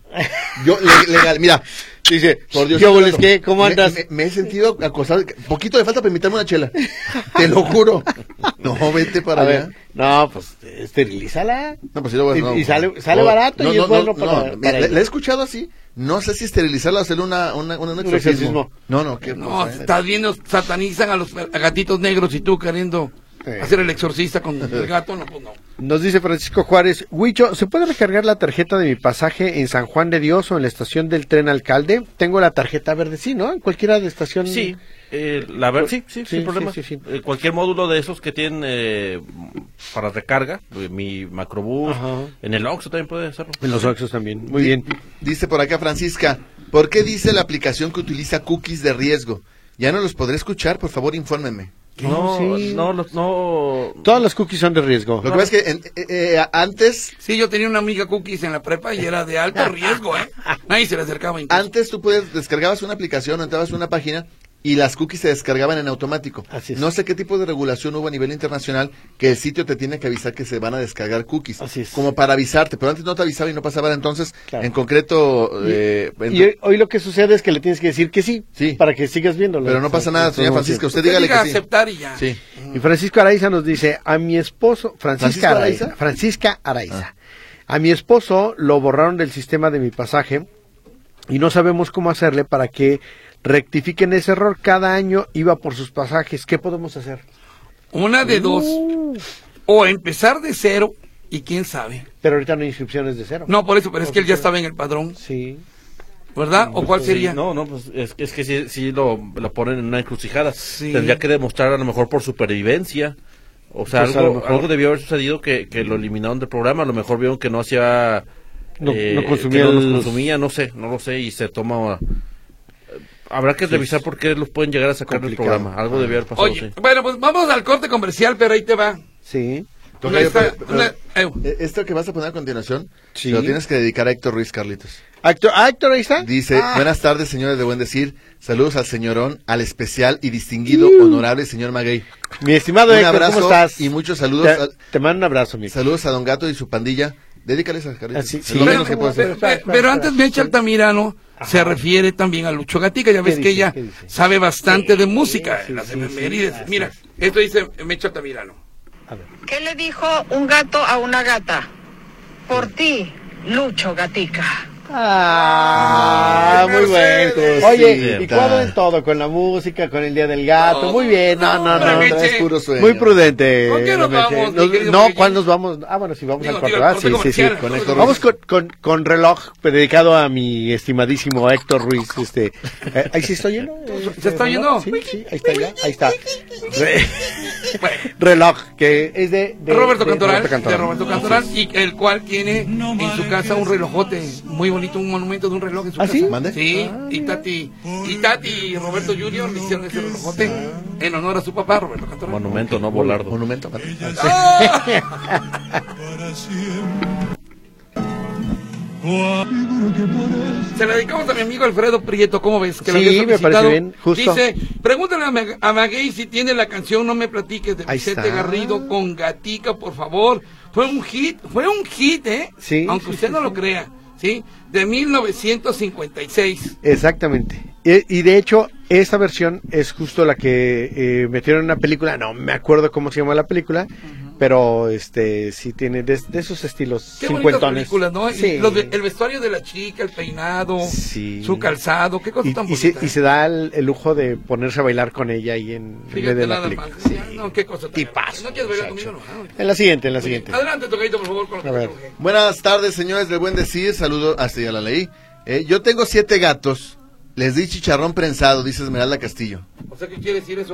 [SPEAKER 4] Yo, le- legal, mira, dice, por Dios.
[SPEAKER 2] ¿Qué
[SPEAKER 4] santo,
[SPEAKER 2] hubo, qué? ¿Cómo
[SPEAKER 4] me-
[SPEAKER 2] andas?
[SPEAKER 4] Me, me he sentido acosado. Poquito de falta para invitarme una chela. Te lo juro. No, vete para
[SPEAKER 2] A
[SPEAKER 4] allá.
[SPEAKER 2] ver, no, pues esterilízala.
[SPEAKER 4] No, pues sí lo voy a-
[SPEAKER 2] Y-
[SPEAKER 4] no.
[SPEAKER 2] y sale- sale barato y es bueno para-
[SPEAKER 4] mira,
[SPEAKER 2] para
[SPEAKER 4] le,
[SPEAKER 2] ellos.
[SPEAKER 4] le he escuchado así. No sé si esterilizarla o hacerle una, una, una- un exorcismo.
[SPEAKER 2] exorcismo.
[SPEAKER 4] No, no, qué
[SPEAKER 3] No,
[SPEAKER 4] cosa, eh.
[SPEAKER 3] estás viendo, satanizan a los a gatitos negros y tú queriendo
[SPEAKER 2] Sí.
[SPEAKER 3] hacer el exorcista con el gato, no, pues no.
[SPEAKER 2] Nos dice Francisco Juárez, Huicho, ¿se puede recargar la tarjeta de mi pasaje en San Juan de Dios o en la estación del tren alcalde? Tengo la tarjeta verde, sí, ¿no? En cualquiera de estación.
[SPEAKER 1] Sí, eh, la verdad, sí, sí,
[SPEAKER 2] Sí,
[SPEAKER 1] sin
[SPEAKER 2] sí,
[SPEAKER 1] problema.
[SPEAKER 2] sí, sí.
[SPEAKER 1] Eh, cualquier módulo de esos que tienen eh, para recarga, eh, mi macrobús,
[SPEAKER 2] Ajá.
[SPEAKER 1] en el Oxxo también puede hacerlo.
[SPEAKER 2] En los Oxos también. Muy
[SPEAKER 4] Di-
[SPEAKER 2] bien.
[SPEAKER 4] Dice por acá Francisca, ¿por qué dice la aplicación que utiliza cookies de riesgo? Ya no los podré escuchar, por favor, infórmenme.
[SPEAKER 1] No,
[SPEAKER 2] Sí.
[SPEAKER 1] no, los- no,
[SPEAKER 2] Todas las cookies son de riesgo.
[SPEAKER 4] Lo que pasa es que en- eh, eh, antes,
[SPEAKER 3] Sí, yo tenía una amiga cookies en la prepa y era de alto riesgo, ¿eh? Nadie se le acercaba incluso.
[SPEAKER 4] antes tú puedes, descargabas una aplicación o entrabas a una página y las cookies se descargaban en automático.
[SPEAKER 2] Así es.
[SPEAKER 4] No sé qué tipo de regulación hubo a nivel internacional que el sitio te tiene que avisar que se van a descargar cookies.
[SPEAKER 2] Así es.
[SPEAKER 4] Como para avisarte, pero antes no te avisaba y no pasaba. Entonces,
[SPEAKER 2] Claro.
[SPEAKER 4] en concreto, eh, en-
[SPEAKER 2] Y hoy, hoy lo que sucede es que le tienes que decir que sí,
[SPEAKER 4] Sí.
[SPEAKER 2] para que sigas viéndolo.
[SPEAKER 4] pero no pasa nada, señora Francisca, usted
[SPEAKER 3] Usted
[SPEAKER 4] dígale
[SPEAKER 3] diga
[SPEAKER 4] que sí.
[SPEAKER 3] aceptar y ya.
[SPEAKER 4] Sí.
[SPEAKER 2] Y Francisco Araiza nos dice, a mi esposo,
[SPEAKER 4] ¿Francisco
[SPEAKER 2] Francisca
[SPEAKER 4] Araiza? Ah.
[SPEAKER 2] Araiza, Francisca Araiza, a mi esposo lo borraron del sistema de mi pasaje y no sabemos cómo hacerle para que rectifiquen ese error. Cada año iba por sus pasajes. ¿Qué podemos hacer?
[SPEAKER 3] Una de dos.
[SPEAKER 2] Uh.
[SPEAKER 3] O empezar de cero y quién sabe.
[SPEAKER 2] Pero ahorita no hay inscripciones de cero.
[SPEAKER 3] No, por eso, pero es que él ya estaba en el padrón,
[SPEAKER 2] Sí.
[SPEAKER 3] ¿verdad? ¿O cuál
[SPEAKER 1] Sí,
[SPEAKER 3] sería?
[SPEAKER 1] no, no, pues es, es que sí, sí lo, lo ponen en una encrucijada.
[SPEAKER 3] Sí.
[SPEAKER 1] Tendría que demostrar a lo mejor por supervivencia. O sea,
[SPEAKER 2] Pues, a lo
[SPEAKER 1] algo,
[SPEAKER 2] mejor.
[SPEAKER 1] algo debió haber sucedido que, que lo eliminaron del programa. A lo mejor vieron que no hacía. eh,
[SPEAKER 2] No- no
[SPEAKER 1] que
[SPEAKER 2] consumía
[SPEAKER 1] no los
[SPEAKER 2] los-
[SPEAKER 1] consumía, no sé, no lo sé. Y se toma. eh, Habrá que revisar por qué los pueden llegar a sacar del
[SPEAKER 2] Complicado.
[SPEAKER 1] programa. Algo debió haber pasado,
[SPEAKER 3] Oye,
[SPEAKER 1] sí.
[SPEAKER 3] bueno, pues vamos al corte comercial, pero ahí te va.
[SPEAKER 2] Sí.
[SPEAKER 3] Una
[SPEAKER 4] Tocayo,
[SPEAKER 3] esta-
[SPEAKER 4] pero-
[SPEAKER 3] una- eh,
[SPEAKER 4] Eh, Esto que vas a poner a continuación,
[SPEAKER 2] Sí.
[SPEAKER 4] lo tienes que dedicar a Héctor Ruiz Carlitos.
[SPEAKER 2] Actor, ah, Héctor Araiza.
[SPEAKER 4] Dice,
[SPEAKER 2] Ah,
[SPEAKER 4] buenas tardes, señores de Buen Decir. Saludos al señorón, al especial y distinguido, honorable señor Maguey.
[SPEAKER 2] mi estimado
[SPEAKER 4] Un
[SPEAKER 2] Héctor,
[SPEAKER 4] abrazo
[SPEAKER 2] ¿cómo estás?
[SPEAKER 4] y muchos saludos
[SPEAKER 2] Te,
[SPEAKER 4] a-
[SPEAKER 2] te mando un abrazo, mi
[SPEAKER 4] Saludos a Don Gato y su pandilla. Dedícales a Carlitos.
[SPEAKER 2] Ah, sí,
[SPEAKER 4] Es
[SPEAKER 2] sí.
[SPEAKER 4] lo
[SPEAKER 3] pero,
[SPEAKER 4] menos que puedo hacer.
[SPEAKER 3] pero- pero- pero antes Mecha Altamirano se refiere también a Lucho Gatica, ya ves
[SPEAKER 2] ¿Qué
[SPEAKER 3] que
[SPEAKER 2] dice?
[SPEAKER 3] ella
[SPEAKER 2] ¿Qué dice?
[SPEAKER 3] sabe bastante de música,
[SPEAKER 2] sí,
[SPEAKER 3] las
[SPEAKER 2] sí, sí,
[SPEAKER 3] efemérides.
[SPEAKER 2] así
[SPEAKER 3] Mira, esto dice Mecha Altamirano.
[SPEAKER 5] ¿Qué le dijo un gato a una gata? Por ti, Lucho Gatica.
[SPEAKER 2] Ah, muy
[SPEAKER 3] Mercedes.
[SPEAKER 2] bueno. Oye, y
[SPEAKER 4] Cosita.
[SPEAKER 2] cuadro en todo, con la música, con el Día del Gato.
[SPEAKER 3] No,
[SPEAKER 2] muy bien, no,
[SPEAKER 3] no,
[SPEAKER 2] no, no.
[SPEAKER 3] hombre,
[SPEAKER 2] no,
[SPEAKER 3] Meche.
[SPEAKER 4] Es puro sueño.
[SPEAKER 2] Muy prudente.
[SPEAKER 3] ¿Con qué nos
[SPEAKER 2] Meche.
[SPEAKER 3] vamos, mi
[SPEAKER 2] Nos-
[SPEAKER 3] querido
[SPEAKER 2] no,
[SPEAKER 3] Meche?
[SPEAKER 2] ¿cuál nos vamos? Ah, bueno, sí, vamos
[SPEAKER 3] Digo,
[SPEAKER 2] al cuarto.
[SPEAKER 3] digo,
[SPEAKER 2] ah,
[SPEAKER 3] corte
[SPEAKER 2] sí, sí, sí.
[SPEAKER 3] comercial,
[SPEAKER 2] con
[SPEAKER 3] corte comercial.
[SPEAKER 2] Héctor vamos con, con, con reloj dedicado a mi estimadísimo Héctor Ruiz. Este, eh, ahí sí está oyendo. eh,
[SPEAKER 3] ¿Se está
[SPEAKER 2] reloj?
[SPEAKER 3] oyendo?
[SPEAKER 2] Sí, sí, ahí está, ya, ahí está. Re- (laughs) reloj, que es de, de-
[SPEAKER 3] Roberto
[SPEAKER 2] de
[SPEAKER 3] Cantoral,
[SPEAKER 2] Roberto Cantoral.
[SPEAKER 3] de Roberto Cantoral, y el cual tiene en su casa un relojote muy bonito, un monumento de un reloj en su
[SPEAKER 2] ¿Ah,
[SPEAKER 3] casa.
[SPEAKER 2] sí? Ah,
[SPEAKER 4] ¿Mande?
[SPEAKER 3] Sí, y Tati, y Tati y Roberto Junior le hicieron ese relojote en honor a su papá, Roberto Cantoral.
[SPEAKER 1] Monumento, no volardo.
[SPEAKER 4] Monumento. vale.
[SPEAKER 3] (laughs) Se la dedicamos a mi amigo Alfredo Prieto, ¿cómo ves? lo
[SPEAKER 2] Sí,
[SPEAKER 3] había
[SPEAKER 2] me parece
[SPEAKER 3] solicitado.
[SPEAKER 2] bien, justo.
[SPEAKER 3] Dice, pregúntale a, Ma- a Maguey si tiene la canción No me platiques de
[SPEAKER 2] Ahí
[SPEAKER 3] Vicente
[SPEAKER 2] está.
[SPEAKER 3] Garrido con Gatica, por favor. Fue un hit, fue un hit, ¿eh?
[SPEAKER 2] Sí,
[SPEAKER 3] Aunque
[SPEAKER 2] sí,
[SPEAKER 3] usted no lo crea, ¿sí? De 1956.
[SPEAKER 2] Exactamente. Y, y de hecho, esta versión es justo la que eh, metieron en una película. No me acuerdo cómo se llama la película, pero este sí tiene de, de esos estilos
[SPEAKER 3] Qué bonitas
[SPEAKER 2] cincuentones.
[SPEAKER 3] películas, ¿no? Y
[SPEAKER 2] Sí.
[SPEAKER 3] los de- el vestuario de la chica, el peinado,
[SPEAKER 2] Sí.
[SPEAKER 3] su calzado, qué cosa
[SPEAKER 2] Y-
[SPEAKER 3] tan
[SPEAKER 2] y se,
[SPEAKER 3] bonita. ¿eh?
[SPEAKER 2] y se da el, el lujo de ponerse a bailar con ella ahí en en medio
[SPEAKER 3] Fíjate
[SPEAKER 2] de la
[SPEAKER 3] nada
[SPEAKER 2] película.
[SPEAKER 3] más.
[SPEAKER 2] Sí.
[SPEAKER 3] No, qué cosa tan
[SPEAKER 2] Tipazo,
[SPEAKER 3] ¿No quieres bailar
[SPEAKER 2] muchacho.
[SPEAKER 3] conmigo? No, no.
[SPEAKER 2] En la siguiente, en la siguiente.
[SPEAKER 3] Adelante, Tocaito, por favor, con lo
[SPEAKER 2] A ver.
[SPEAKER 3] que-
[SPEAKER 4] Buenas tardes, señores del Buen Decir. Saludos. Hasta ya la leí. Eh, yo tengo siete gatos. Les di chicharrón prensado, dice Esmeralda Castillo.
[SPEAKER 3] O sea, ¿qué quiere decir eso?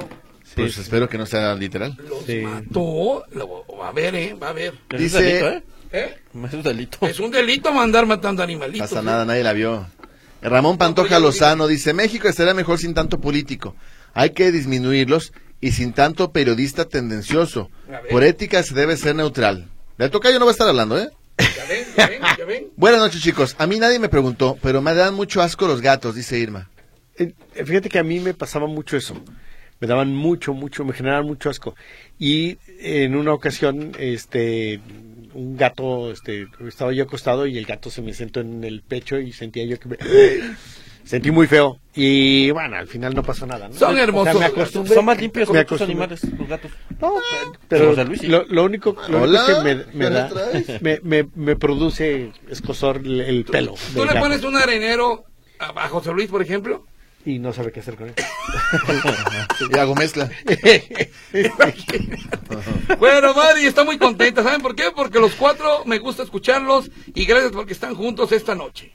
[SPEAKER 4] Pues espero que no sea literal.
[SPEAKER 3] Los
[SPEAKER 2] Sí.
[SPEAKER 3] mató. Lo, va a ver, ¿eh? Va a ver.
[SPEAKER 1] Es
[SPEAKER 4] Dice-
[SPEAKER 1] un delito, ¿eh?
[SPEAKER 3] ¿Eh?
[SPEAKER 1] Es un delito.
[SPEAKER 3] Es un delito mandar matando animalitos.
[SPEAKER 4] Pasa nada, nadie la vio. Ramón Pantoja Lozano dice, México estará mejor sin tanto político. Hay que disminuirlos y sin tanto periodista tendencioso.
[SPEAKER 3] A ver.
[SPEAKER 4] Por ética se debe ser neutral. De toca yo no voy a estar hablando, ¿eh?
[SPEAKER 3] Ya ven, ya ven, ya ven.
[SPEAKER 4] (laughs) Buenas noches, chicos. A mí nadie me preguntó, pero me dan mucho asco los gatos, dice Irma.
[SPEAKER 2] Eh, Fíjate que a mí me pasaba mucho eso. Me daban mucho, mucho, me generaban mucho asco. Y en una ocasión, este, un gato, este, estaba yo acostado y el gato se me sentó en el pecho y sentía yo que me... Sentí muy feo. Y bueno, al final no pasó nada. ¿no?
[SPEAKER 3] Son
[SPEAKER 2] O sea,
[SPEAKER 3] hermosos.
[SPEAKER 2] me acostumbré.
[SPEAKER 1] Son más limpios
[SPEAKER 2] Me
[SPEAKER 1] que tus
[SPEAKER 2] acostumbré.
[SPEAKER 1] animales, tus gatos.
[SPEAKER 2] No, pero
[SPEAKER 1] Los de Luis.
[SPEAKER 2] lo, lo único, lo único
[SPEAKER 4] Hola,
[SPEAKER 2] que me, me
[SPEAKER 4] ¿qué
[SPEAKER 2] da,
[SPEAKER 4] traes?
[SPEAKER 2] me, me, me produce escosor el, el pelo.
[SPEAKER 3] ¿Tú
[SPEAKER 2] del
[SPEAKER 3] le
[SPEAKER 2] gato.
[SPEAKER 3] pones un arenero a, a José Luis, por ejemplo?
[SPEAKER 2] Y no sabe qué hacer con él.
[SPEAKER 4] Y hago mezcla.
[SPEAKER 3] Bueno, Mari, está muy contenta. ¿Saben por qué? Porque los cuatro me gusta escucharlos y gracias porque están juntos esta noche.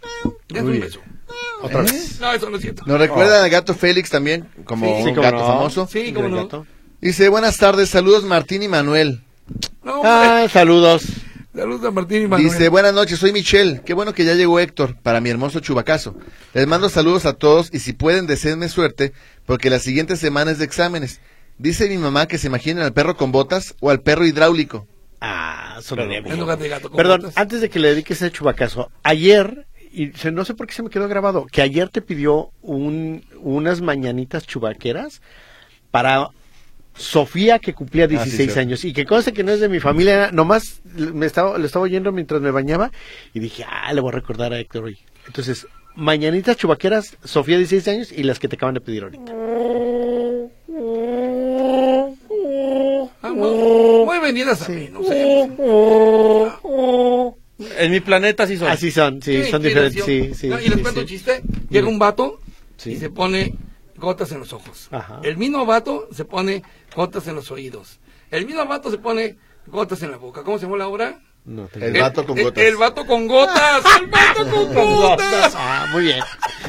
[SPEAKER 3] Les doy un beso.
[SPEAKER 2] (laughs) Otra vez. Oh.
[SPEAKER 3] No, eso no es cierto.
[SPEAKER 4] ¿Eh? Nos recuerdan al gato Félix también, como
[SPEAKER 2] Sí,
[SPEAKER 4] un
[SPEAKER 2] cómo
[SPEAKER 4] gato
[SPEAKER 2] no.
[SPEAKER 4] famoso.
[SPEAKER 3] Sí, cómo
[SPEAKER 2] Del
[SPEAKER 3] no.
[SPEAKER 2] gato.
[SPEAKER 4] Dice, buenas tardes, saludos Martín y Manuel.
[SPEAKER 3] No, hombre.
[SPEAKER 2] Ah, saludos.
[SPEAKER 3] Saludos a Martín y Manuel.
[SPEAKER 4] Dice, buenas noches, soy Michelle. Qué bueno que ya llegó Héctor para mi hermoso chubacazo. Les mando saludos a todos y si pueden, deseenme suerte porque la siguiente semana es de exámenes. Dice mi mamá que se imaginen al perro con botas o al perro hidráulico.
[SPEAKER 2] Ah, son
[SPEAKER 3] Perdón,
[SPEAKER 2] enemigos.
[SPEAKER 3] es lugar de gato con
[SPEAKER 2] Perdón,
[SPEAKER 3] botas.
[SPEAKER 2] antes de que le dediques ese chubacazo, ayer, y se- no sé por qué se me quedó grabado, que ayer te pidió un, unas mañanitas chubaqueras para Sofía, que cumplía 16
[SPEAKER 4] sí.
[SPEAKER 2] años, y que conste que no es de mi familia, nomás me estaba, lo estaba oyendo mientras me bañaba, y dije, ah, le voy a recordar a Héctor hoy. Entonces, mañanitas chubaqueras, Sofía, 16 años, y las que te acaban de pedir ahorita.
[SPEAKER 3] Ah, muy, muy venidas a mí, no sé.
[SPEAKER 2] (laughs)
[SPEAKER 1] En mi planeta sí son.
[SPEAKER 2] Así son, Ah, sí,
[SPEAKER 3] Qué
[SPEAKER 2] son diferentes, sí,
[SPEAKER 3] inspiración.
[SPEAKER 2] sí.
[SPEAKER 3] No, y
[SPEAKER 2] sí,
[SPEAKER 3] les cuento
[SPEAKER 2] sí.
[SPEAKER 3] un chiste. Llega un vato
[SPEAKER 2] Sí.
[SPEAKER 3] y se pone gotas en los ojos.
[SPEAKER 2] Ajá.
[SPEAKER 3] El mismo vato se pone gotas en los oídos. El mismo vato se pone gotas en la boca. ¿Cómo se llama la obra?
[SPEAKER 2] No, te-
[SPEAKER 3] (laughs)
[SPEAKER 4] El vato con
[SPEAKER 3] el-
[SPEAKER 4] gotas.
[SPEAKER 3] El vato con gotas. (laughs) El vato con gotas.
[SPEAKER 2] Ah, muy bien.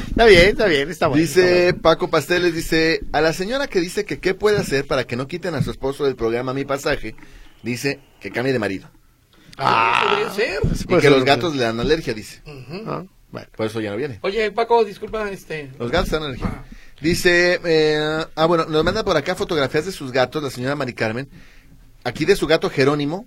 [SPEAKER 2] Está bien, está bien, está bueno.
[SPEAKER 4] Dice Paco Pasteles, dice, a la señora que dice que qué puede hacer para que no quiten a su esposo del programa Mi Pasaje, dice que cambie de marido.
[SPEAKER 3] Ah. ser.
[SPEAKER 2] Sí,
[SPEAKER 4] Y
[SPEAKER 2] puede
[SPEAKER 4] que
[SPEAKER 2] ser
[SPEAKER 4] los
[SPEAKER 2] otra.
[SPEAKER 4] gatos le dan alergia, dice.
[SPEAKER 2] Ah, bueno.
[SPEAKER 4] Por eso ya no viene.
[SPEAKER 3] Oye, Paco, disculpa, este.
[SPEAKER 4] Los gatos dan
[SPEAKER 2] Ah.
[SPEAKER 4] alergia. Dice, eh, ah, bueno, nos manda por acá fotografías de sus gatos, la señora Mari Carmen. Aquí de su gato Jerónimo.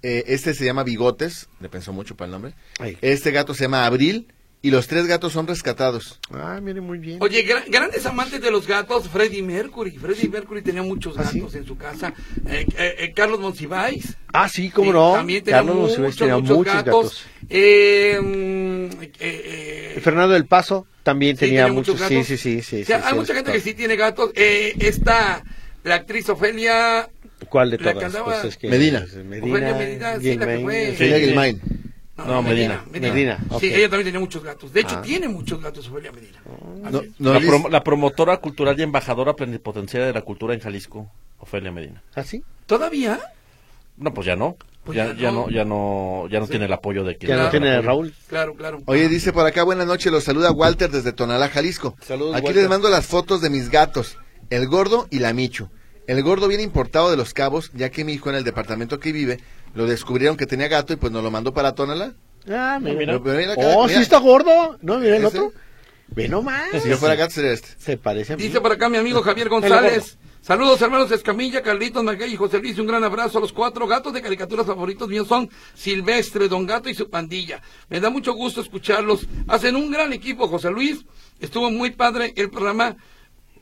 [SPEAKER 4] eh, este se llama Bigotes, le pensó mucho para el nombre.
[SPEAKER 2] Ay.
[SPEAKER 4] Este gato se llama Abril y los tres gatos son rescatados.
[SPEAKER 2] Ah, mire, muy bien.
[SPEAKER 3] Oye, gra- grandes amantes de los gatos, Freddie Mercury. Freddie Mercury tenía muchos
[SPEAKER 2] ¿Ah, sí?
[SPEAKER 3] gatos en su casa. Eh, eh, eh, Carlos Monsiváis.
[SPEAKER 2] Ah, sí,
[SPEAKER 3] Sí,
[SPEAKER 2] cómo no.
[SPEAKER 3] También tenía
[SPEAKER 2] Carlos Monsiváis
[SPEAKER 3] muchos, muchos, gatos. Eh, mm, eh, eh,
[SPEAKER 2] Y Fernando del Paso también
[SPEAKER 3] sí,
[SPEAKER 2] tenía, muchos.
[SPEAKER 3] gatos.
[SPEAKER 2] Sí, sí, sí, sí.
[SPEAKER 3] O sea,
[SPEAKER 2] sí,
[SPEAKER 3] hay
[SPEAKER 2] sí,
[SPEAKER 3] mucha
[SPEAKER 2] sí,
[SPEAKER 3] gente
[SPEAKER 2] sí.
[SPEAKER 3] que sí tiene gatos. Eh, esta, la actriz Ofelia.
[SPEAKER 2] ¿Cuál de
[SPEAKER 3] la
[SPEAKER 2] todas?
[SPEAKER 3] que andaba-
[SPEAKER 2] Pues es que-
[SPEAKER 4] Medina.
[SPEAKER 2] Medina.
[SPEAKER 3] Ofelia Medina, sí, la que
[SPEAKER 2] Gilmain,
[SPEAKER 3] fue-
[SPEAKER 2] sí.
[SPEAKER 4] Señora Gilmain.
[SPEAKER 2] No, Medina, Medina, ok.
[SPEAKER 3] Sí, ella también tenía muchos gatos. De hecho,
[SPEAKER 2] Ah.
[SPEAKER 3] tiene muchos gatos Ofelia Medina. Así
[SPEAKER 4] No-
[SPEAKER 3] es.
[SPEAKER 4] no
[SPEAKER 1] la,
[SPEAKER 4] dice-
[SPEAKER 1] prom- la promotora cultural y embajadora plenipotenciaria de la cultura en Jalisco, Ofelia Medina.
[SPEAKER 2] ¿Ah, sí?
[SPEAKER 3] Todavía.
[SPEAKER 1] No, pues ya no.
[SPEAKER 3] Pues
[SPEAKER 1] ya,
[SPEAKER 3] ya
[SPEAKER 1] ya
[SPEAKER 3] no.
[SPEAKER 1] no, ya no, ya no tiene el apoyo de quien.
[SPEAKER 2] Ya no
[SPEAKER 3] Claro.
[SPEAKER 2] tiene Raúl.
[SPEAKER 3] Claro, claro.
[SPEAKER 4] Oye, dice por acá, buenas noches, los saluda Walter desde Tonalá, Jalisco.
[SPEAKER 2] Saludos,
[SPEAKER 4] Aquí
[SPEAKER 2] Walter.
[SPEAKER 4] les mando las fotos de mis gatos, el gordo y la Michu. El gordo viene importado de los cabos, ya que mi hijo en el departamento que vive lo descubrieron que tenía gato y pues nos lo mandó para Tonalá.
[SPEAKER 2] Ah, mira.
[SPEAKER 4] Mira, mira, mira,
[SPEAKER 2] oh,
[SPEAKER 4] mira.
[SPEAKER 2] sí está gordo. No, mira el
[SPEAKER 4] Ese.
[SPEAKER 2] otro. Ve nomás.
[SPEAKER 4] Si yo fuera gato sería este.
[SPEAKER 2] Se parece a mí.
[SPEAKER 3] Dice por acá mi amigo (laughs) Javier González. Saludos hermanos Escamilla, Carlitos, Maguey y José Luis. Un gran abrazo a los cuatro gatos de caricaturas favoritos míos son Silvestre, Don Gato y su pandilla. Me da mucho gusto escucharlos. Hacen un gran equipo, José Luis. Estuvo muy padre el programa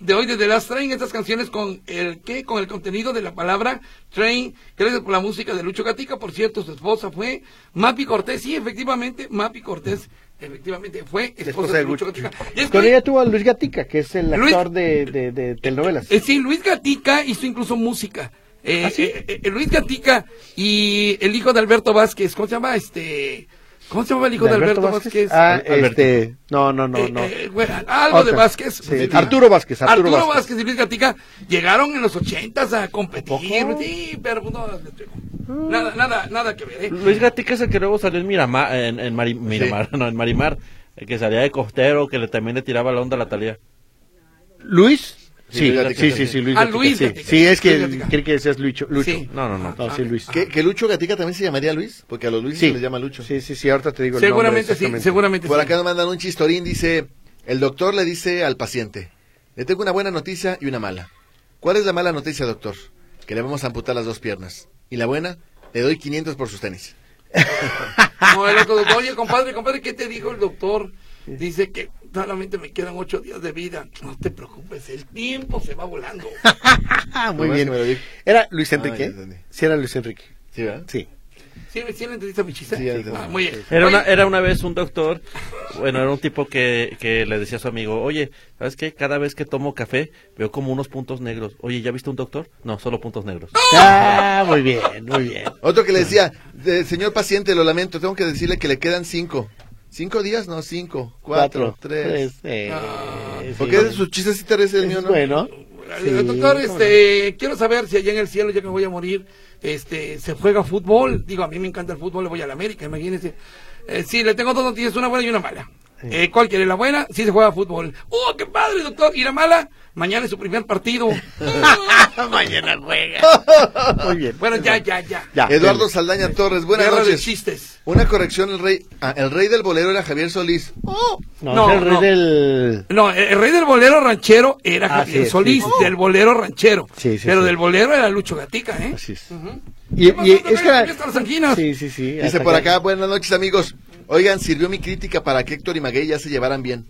[SPEAKER 3] de hoy desde las traen estas canciones con el qué con el contenido de la palabra train gracias por la música de Lucho Gatica por cierto su esposa fue Mapi Cortés sí efectivamente Mapi Cortés efectivamente fue esposa, de Lucho Gatica Y es
[SPEAKER 2] Con
[SPEAKER 3] que-
[SPEAKER 2] ella tuvo a Luis Gatica, que es el
[SPEAKER 3] Luis-
[SPEAKER 2] actor de, de, de telenovelas.
[SPEAKER 3] eh, sí, Luis Gatica hizo incluso música. Eh,
[SPEAKER 2] ¿Ah,
[SPEAKER 3] eh, eh, eh, Luis Gatica y el hijo de Alberto Vázquez, ¿cómo se llama? Este, ¿Cómo se llama el hijo de, Alberto, Vázquez?
[SPEAKER 2] Ah,
[SPEAKER 1] Alberto.
[SPEAKER 2] este. No, no, no,
[SPEAKER 3] Eh,
[SPEAKER 2] no.
[SPEAKER 3] eh, güey, algo de
[SPEAKER 2] Otra.
[SPEAKER 3] Vázquez. pues,
[SPEAKER 2] Sí.
[SPEAKER 3] Sí.
[SPEAKER 2] Arturo Vázquez, Arturo,
[SPEAKER 3] Arturo, Vázquez.
[SPEAKER 2] Vázquez.
[SPEAKER 3] y Luis Gatica llegaron en los ochentas a
[SPEAKER 2] ¿A
[SPEAKER 3] competir.
[SPEAKER 2] poco?
[SPEAKER 3] Sí, pero pues, no, nada, nada, nada que ver. ¿eh?
[SPEAKER 1] Luis Gatica es el que luego salió en Miramar, en, en Mari- Miramar, (laughs) no, en Marimar, el que salía de costero, que le, también le tiraba la onda a la talía.
[SPEAKER 2] ¿Luis? Sí,
[SPEAKER 4] Luis Gatica,
[SPEAKER 2] sí,
[SPEAKER 4] sí.
[SPEAKER 2] sí, sí, Luis.
[SPEAKER 3] Ah,
[SPEAKER 2] Gatica,
[SPEAKER 3] Luis
[SPEAKER 2] sí.
[SPEAKER 3] Gatica.
[SPEAKER 2] Sí, es
[SPEAKER 3] Luis
[SPEAKER 2] que
[SPEAKER 3] Gatica.
[SPEAKER 2] quiere que decías Lucho. Lucho.
[SPEAKER 3] Sí. Ah,
[SPEAKER 1] No, no, no.
[SPEAKER 2] No, sí, Luis.
[SPEAKER 4] ¿Que, que Lucho Gatica también se llamaría Luis? Porque a los Luis
[SPEAKER 2] Sí.
[SPEAKER 4] se les llama Lucho.
[SPEAKER 2] Sí, sí, sí, ahorita te digo el
[SPEAKER 3] Seguramente
[SPEAKER 2] nombre
[SPEAKER 3] sí,
[SPEAKER 2] exactamente.
[SPEAKER 3] seguramente
[SPEAKER 4] Por
[SPEAKER 3] sí.
[SPEAKER 4] acá nos mandan un chistorín, dice, el doctor le dice al paciente, le tengo una buena noticia y una mala. ¿Cuál es la mala noticia, doctor? Que le vamos a amputar las dos piernas. Y la buena, le doy 500 por sus tenis.
[SPEAKER 3] No, el otro doctor, oye, compadre, compadre, ¿qué te dijo el doctor? Dice que solamente me quedan ocho días de vida. No te preocupes, el tiempo se va volando.
[SPEAKER 2] Ah, muy
[SPEAKER 4] Nomás
[SPEAKER 2] bien.
[SPEAKER 4] que me lo dijo.
[SPEAKER 2] ¿Era Luis
[SPEAKER 4] Ah,
[SPEAKER 2] Enrique?
[SPEAKER 4] ya entendí.
[SPEAKER 2] sí, era Luis Enrique.
[SPEAKER 1] (laughs)
[SPEAKER 4] ¿Sí, verdad?
[SPEAKER 2] Sí.
[SPEAKER 3] ¿Sí, sí le entendiste a mi chiste?
[SPEAKER 4] Sí, ya entendí.
[SPEAKER 3] Ah, muy bien.
[SPEAKER 1] Era
[SPEAKER 3] Oye,
[SPEAKER 1] una, era una vez un doctor, bueno, era un tipo que, que le decía a su amigo, oye, ¿sabes qué? Cada vez que tomo café veo como unos puntos negros. Oye, ¿ya viste un doctor? No, solo puntos negros.
[SPEAKER 6] Ah, muy bien, muy bien.
[SPEAKER 4] Otro que le decía, "Eh, señor paciente, lo lamento, tengo que decirle que le quedan cinco. ¿Cinco días? No, cinco, cuatro, tres.
[SPEAKER 2] eh,
[SPEAKER 3] Ah,
[SPEAKER 2] sí.
[SPEAKER 4] Porque es su chiste sí te parece el mío,
[SPEAKER 2] Es
[SPEAKER 4] ¿no?
[SPEAKER 2] Bueno, sí,
[SPEAKER 3] eh, Doctor,
[SPEAKER 2] cómo
[SPEAKER 3] este, quiero saber si allá en el cielo, ya que me voy a morir, este, se juega fútbol. Digo, a mí me encanta el fútbol, le voy a la América, imagínense. Eh, sí, le tengo dos noticias, una buena y una mala. Eh, ¿Cuál quiere? ¿La buena? Sí se juega fútbol. ¡Oh, qué padre, doctor! ¿Y la mala? Mañana es su primer partido. (laughs) Mañana juega.
[SPEAKER 4] Ah.
[SPEAKER 2] no. muy bien.
[SPEAKER 3] Bueno, ya, ya, ya.
[SPEAKER 2] Ya.
[SPEAKER 4] Eduardo Saldaña Torres, buenas
[SPEAKER 3] Guerra de
[SPEAKER 4] noches.
[SPEAKER 3] chistes.
[SPEAKER 4] Una corrección, el rey, ah, el rey del bolero era Javier Solís.
[SPEAKER 2] No,
[SPEAKER 3] No,
[SPEAKER 2] es el rey
[SPEAKER 3] no.
[SPEAKER 2] del...
[SPEAKER 3] No, el rey del bolero ranchero era
[SPEAKER 2] Ah,
[SPEAKER 3] Javier
[SPEAKER 2] sí,
[SPEAKER 3] Solís,
[SPEAKER 2] sí, sí.
[SPEAKER 3] del bolero ranchero.
[SPEAKER 2] Sí, sí,
[SPEAKER 3] pero
[SPEAKER 2] sí.
[SPEAKER 3] del bolero era Lucho Gatica, ¿eh?
[SPEAKER 2] Así es.
[SPEAKER 3] ¿Qué
[SPEAKER 2] Y,
[SPEAKER 3] pasó,
[SPEAKER 2] y
[SPEAKER 3] doctor?
[SPEAKER 2] es que...
[SPEAKER 3] ¿Ya están las anginas?
[SPEAKER 2] Sí, sí, sí.
[SPEAKER 4] Dice
[SPEAKER 2] hasta
[SPEAKER 4] por
[SPEAKER 2] que-
[SPEAKER 4] acá, buenas noches, amigos. Oigan, sirvió mi crítica para que Héctor y Maguey ya se llevaran bien.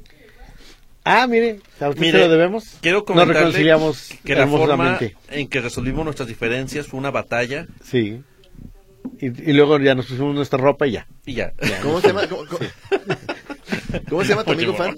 [SPEAKER 2] Ah, mire, a usted
[SPEAKER 1] Mire,
[SPEAKER 2] se lo debemos.
[SPEAKER 1] Quiero
[SPEAKER 2] Nos
[SPEAKER 1] comentarle
[SPEAKER 2] reconciliamos
[SPEAKER 1] que la forma
[SPEAKER 2] hermosamente.
[SPEAKER 1] en que resolvimos nuestras diferencias fue una batalla
[SPEAKER 2] Sí. Y, y luego ya nos pusimos nuestra ropa y ya.
[SPEAKER 1] y ya.
[SPEAKER 4] ¿Cómo se llama? ¿Cómo, cómo- ¿Cómo se llama tu amigo fan?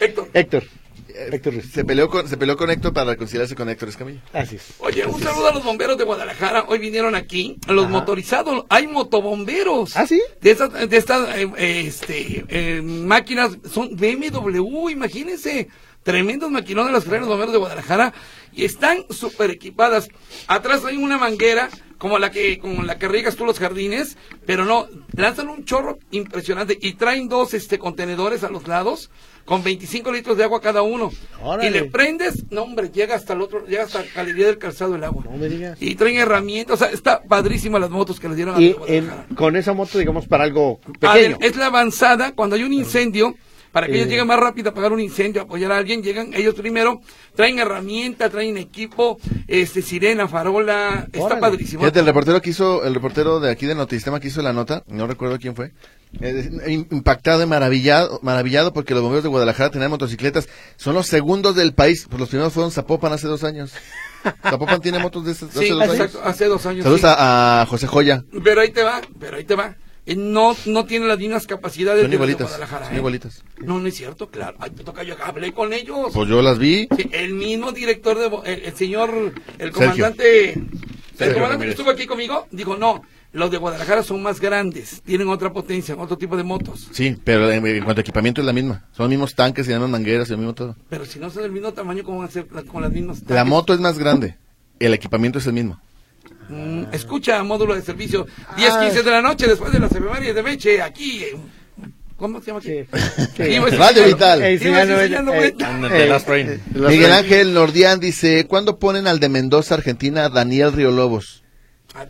[SPEAKER 3] Héctor.
[SPEAKER 2] Héctor,
[SPEAKER 4] Eh,
[SPEAKER 2] Héctor Ruiz.
[SPEAKER 4] Se peleó con, se peleó con Héctor para reconciliarse con Héctor Escamilla.
[SPEAKER 2] así es.
[SPEAKER 3] Oye, un saludo a los bomberos de Guadalajara. Hoy vinieron aquí los motorizados. Hay motobomberos.
[SPEAKER 2] ¿Ah, sí?
[SPEAKER 3] De estas, de estas eh, eh, este, eh, máquinas, son BMW, imagínense. Tremendos maquinones las traen los bomberos de Guadalajara. Y están súper equipadas. Atrás hay una manguera, como la que como la que riegas tú los jardines, pero no, lanzan un chorro impresionante y traen dos este contenedores a los lados con 25 litros de agua cada uno.
[SPEAKER 2] Órale.
[SPEAKER 3] Y le prendes, no hombre, llega hasta el otro, llega hasta Galería del Calzado el agua.
[SPEAKER 2] No me digas.
[SPEAKER 3] Y traen herramientas, o sea, está padrísima las motos que les dieron a
[SPEAKER 2] Y
[SPEAKER 3] los de
[SPEAKER 2] en-
[SPEAKER 3] Guadalajara.
[SPEAKER 2] con esa moto, digamos, para algo
[SPEAKER 3] Ah,
[SPEAKER 2] pequeño.
[SPEAKER 3] Es la avanzada, cuando hay un incendio, para que ellos
[SPEAKER 2] Eh.
[SPEAKER 3] lleguen más rápido a apagar un incendio, a apoyar a alguien, llegan ellos primero, traen herramientas, traen equipo, este sirena, farola, está
[SPEAKER 2] Órale.
[SPEAKER 3] padrísimo.
[SPEAKER 4] Fíjate, el reportero que hizo, el reportero de aquí del Notisistema que hizo la nota, no recuerdo quién fue, eh, im- impactado y maravillado, maravillado porque los bomberos de Guadalajara tenían motocicletas, son los segundos del país, pues los primeros fueron Zapopan hace dos años. Zapopan tiene motos de esas hace
[SPEAKER 3] Sí,
[SPEAKER 4] dos años.
[SPEAKER 3] exacto, hace dos años.
[SPEAKER 4] Saludos
[SPEAKER 3] sí.
[SPEAKER 4] a, a José Joya.
[SPEAKER 3] Pero ahí te va, pero ahí te va. Eh, No, no tiene las mismas capacidades
[SPEAKER 4] Son
[SPEAKER 3] de los de
[SPEAKER 4] igualitas,
[SPEAKER 3] Guadalajara.
[SPEAKER 4] son
[SPEAKER 3] ¿eh?
[SPEAKER 4] igualitas.
[SPEAKER 3] No, no es cierto, claro. Ay, te toca yo, hablé con ellos.
[SPEAKER 4] Pues yo las vi.
[SPEAKER 3] Sí, el mismo director de bo- el, el señor el
[SPEAKER 4] Sergio.
[SPEAKER 3] comandante el
[SPEAKER 4] Sergio
[SPEAKER 3] comandante que
[SPEAKER 4] Ramírez.
[SPEAKER 3] estuvo aquí conmigo dijo no los de Guadalajara son más grandes tienen otra potencia otro tipo de motos
[SPEAKER 4] Sí, pero en, en cuanto a equipamiento es la misma. Son los mismos tanques y las mismas mangueras y el mismo todo.
[SPEAKER 3] pero si no son del mismo tamaño cómo van a ser la- con las mismas
[SPEAKER 4] La moto es más grande. El equipamiento es el mismo.
[SPEAKER 3] Mm, escucha módulo de servicio 10 15 de la noche después de las efemérides de Meche aquí en- ¿Cómo se llama aquí? (laughs)
[SPEAKER 2] Sí, sí.
[SPEAKER 3] Iba a decir-
[SPEAKER 4] Radio Vital.
[SPEAKER 2] Eh, sí,
[SPEAKER 3] Iba a
[SPEAKER 2] ya
[SPEAKER 3] decir
[SPEAKER 2] no-
[SPEAKER 3] Señal
[SPEAKER 2] eh,
[SPEAKER 3] 90.
[SPEAKER 1] And the last train.
[SPEAKER 2] eh, las-
[SPEAKER 4] Miguel Ángel Nordián dice, ¿cuándo ponen al de Mendoza, Argentina, Daniel Riolobos?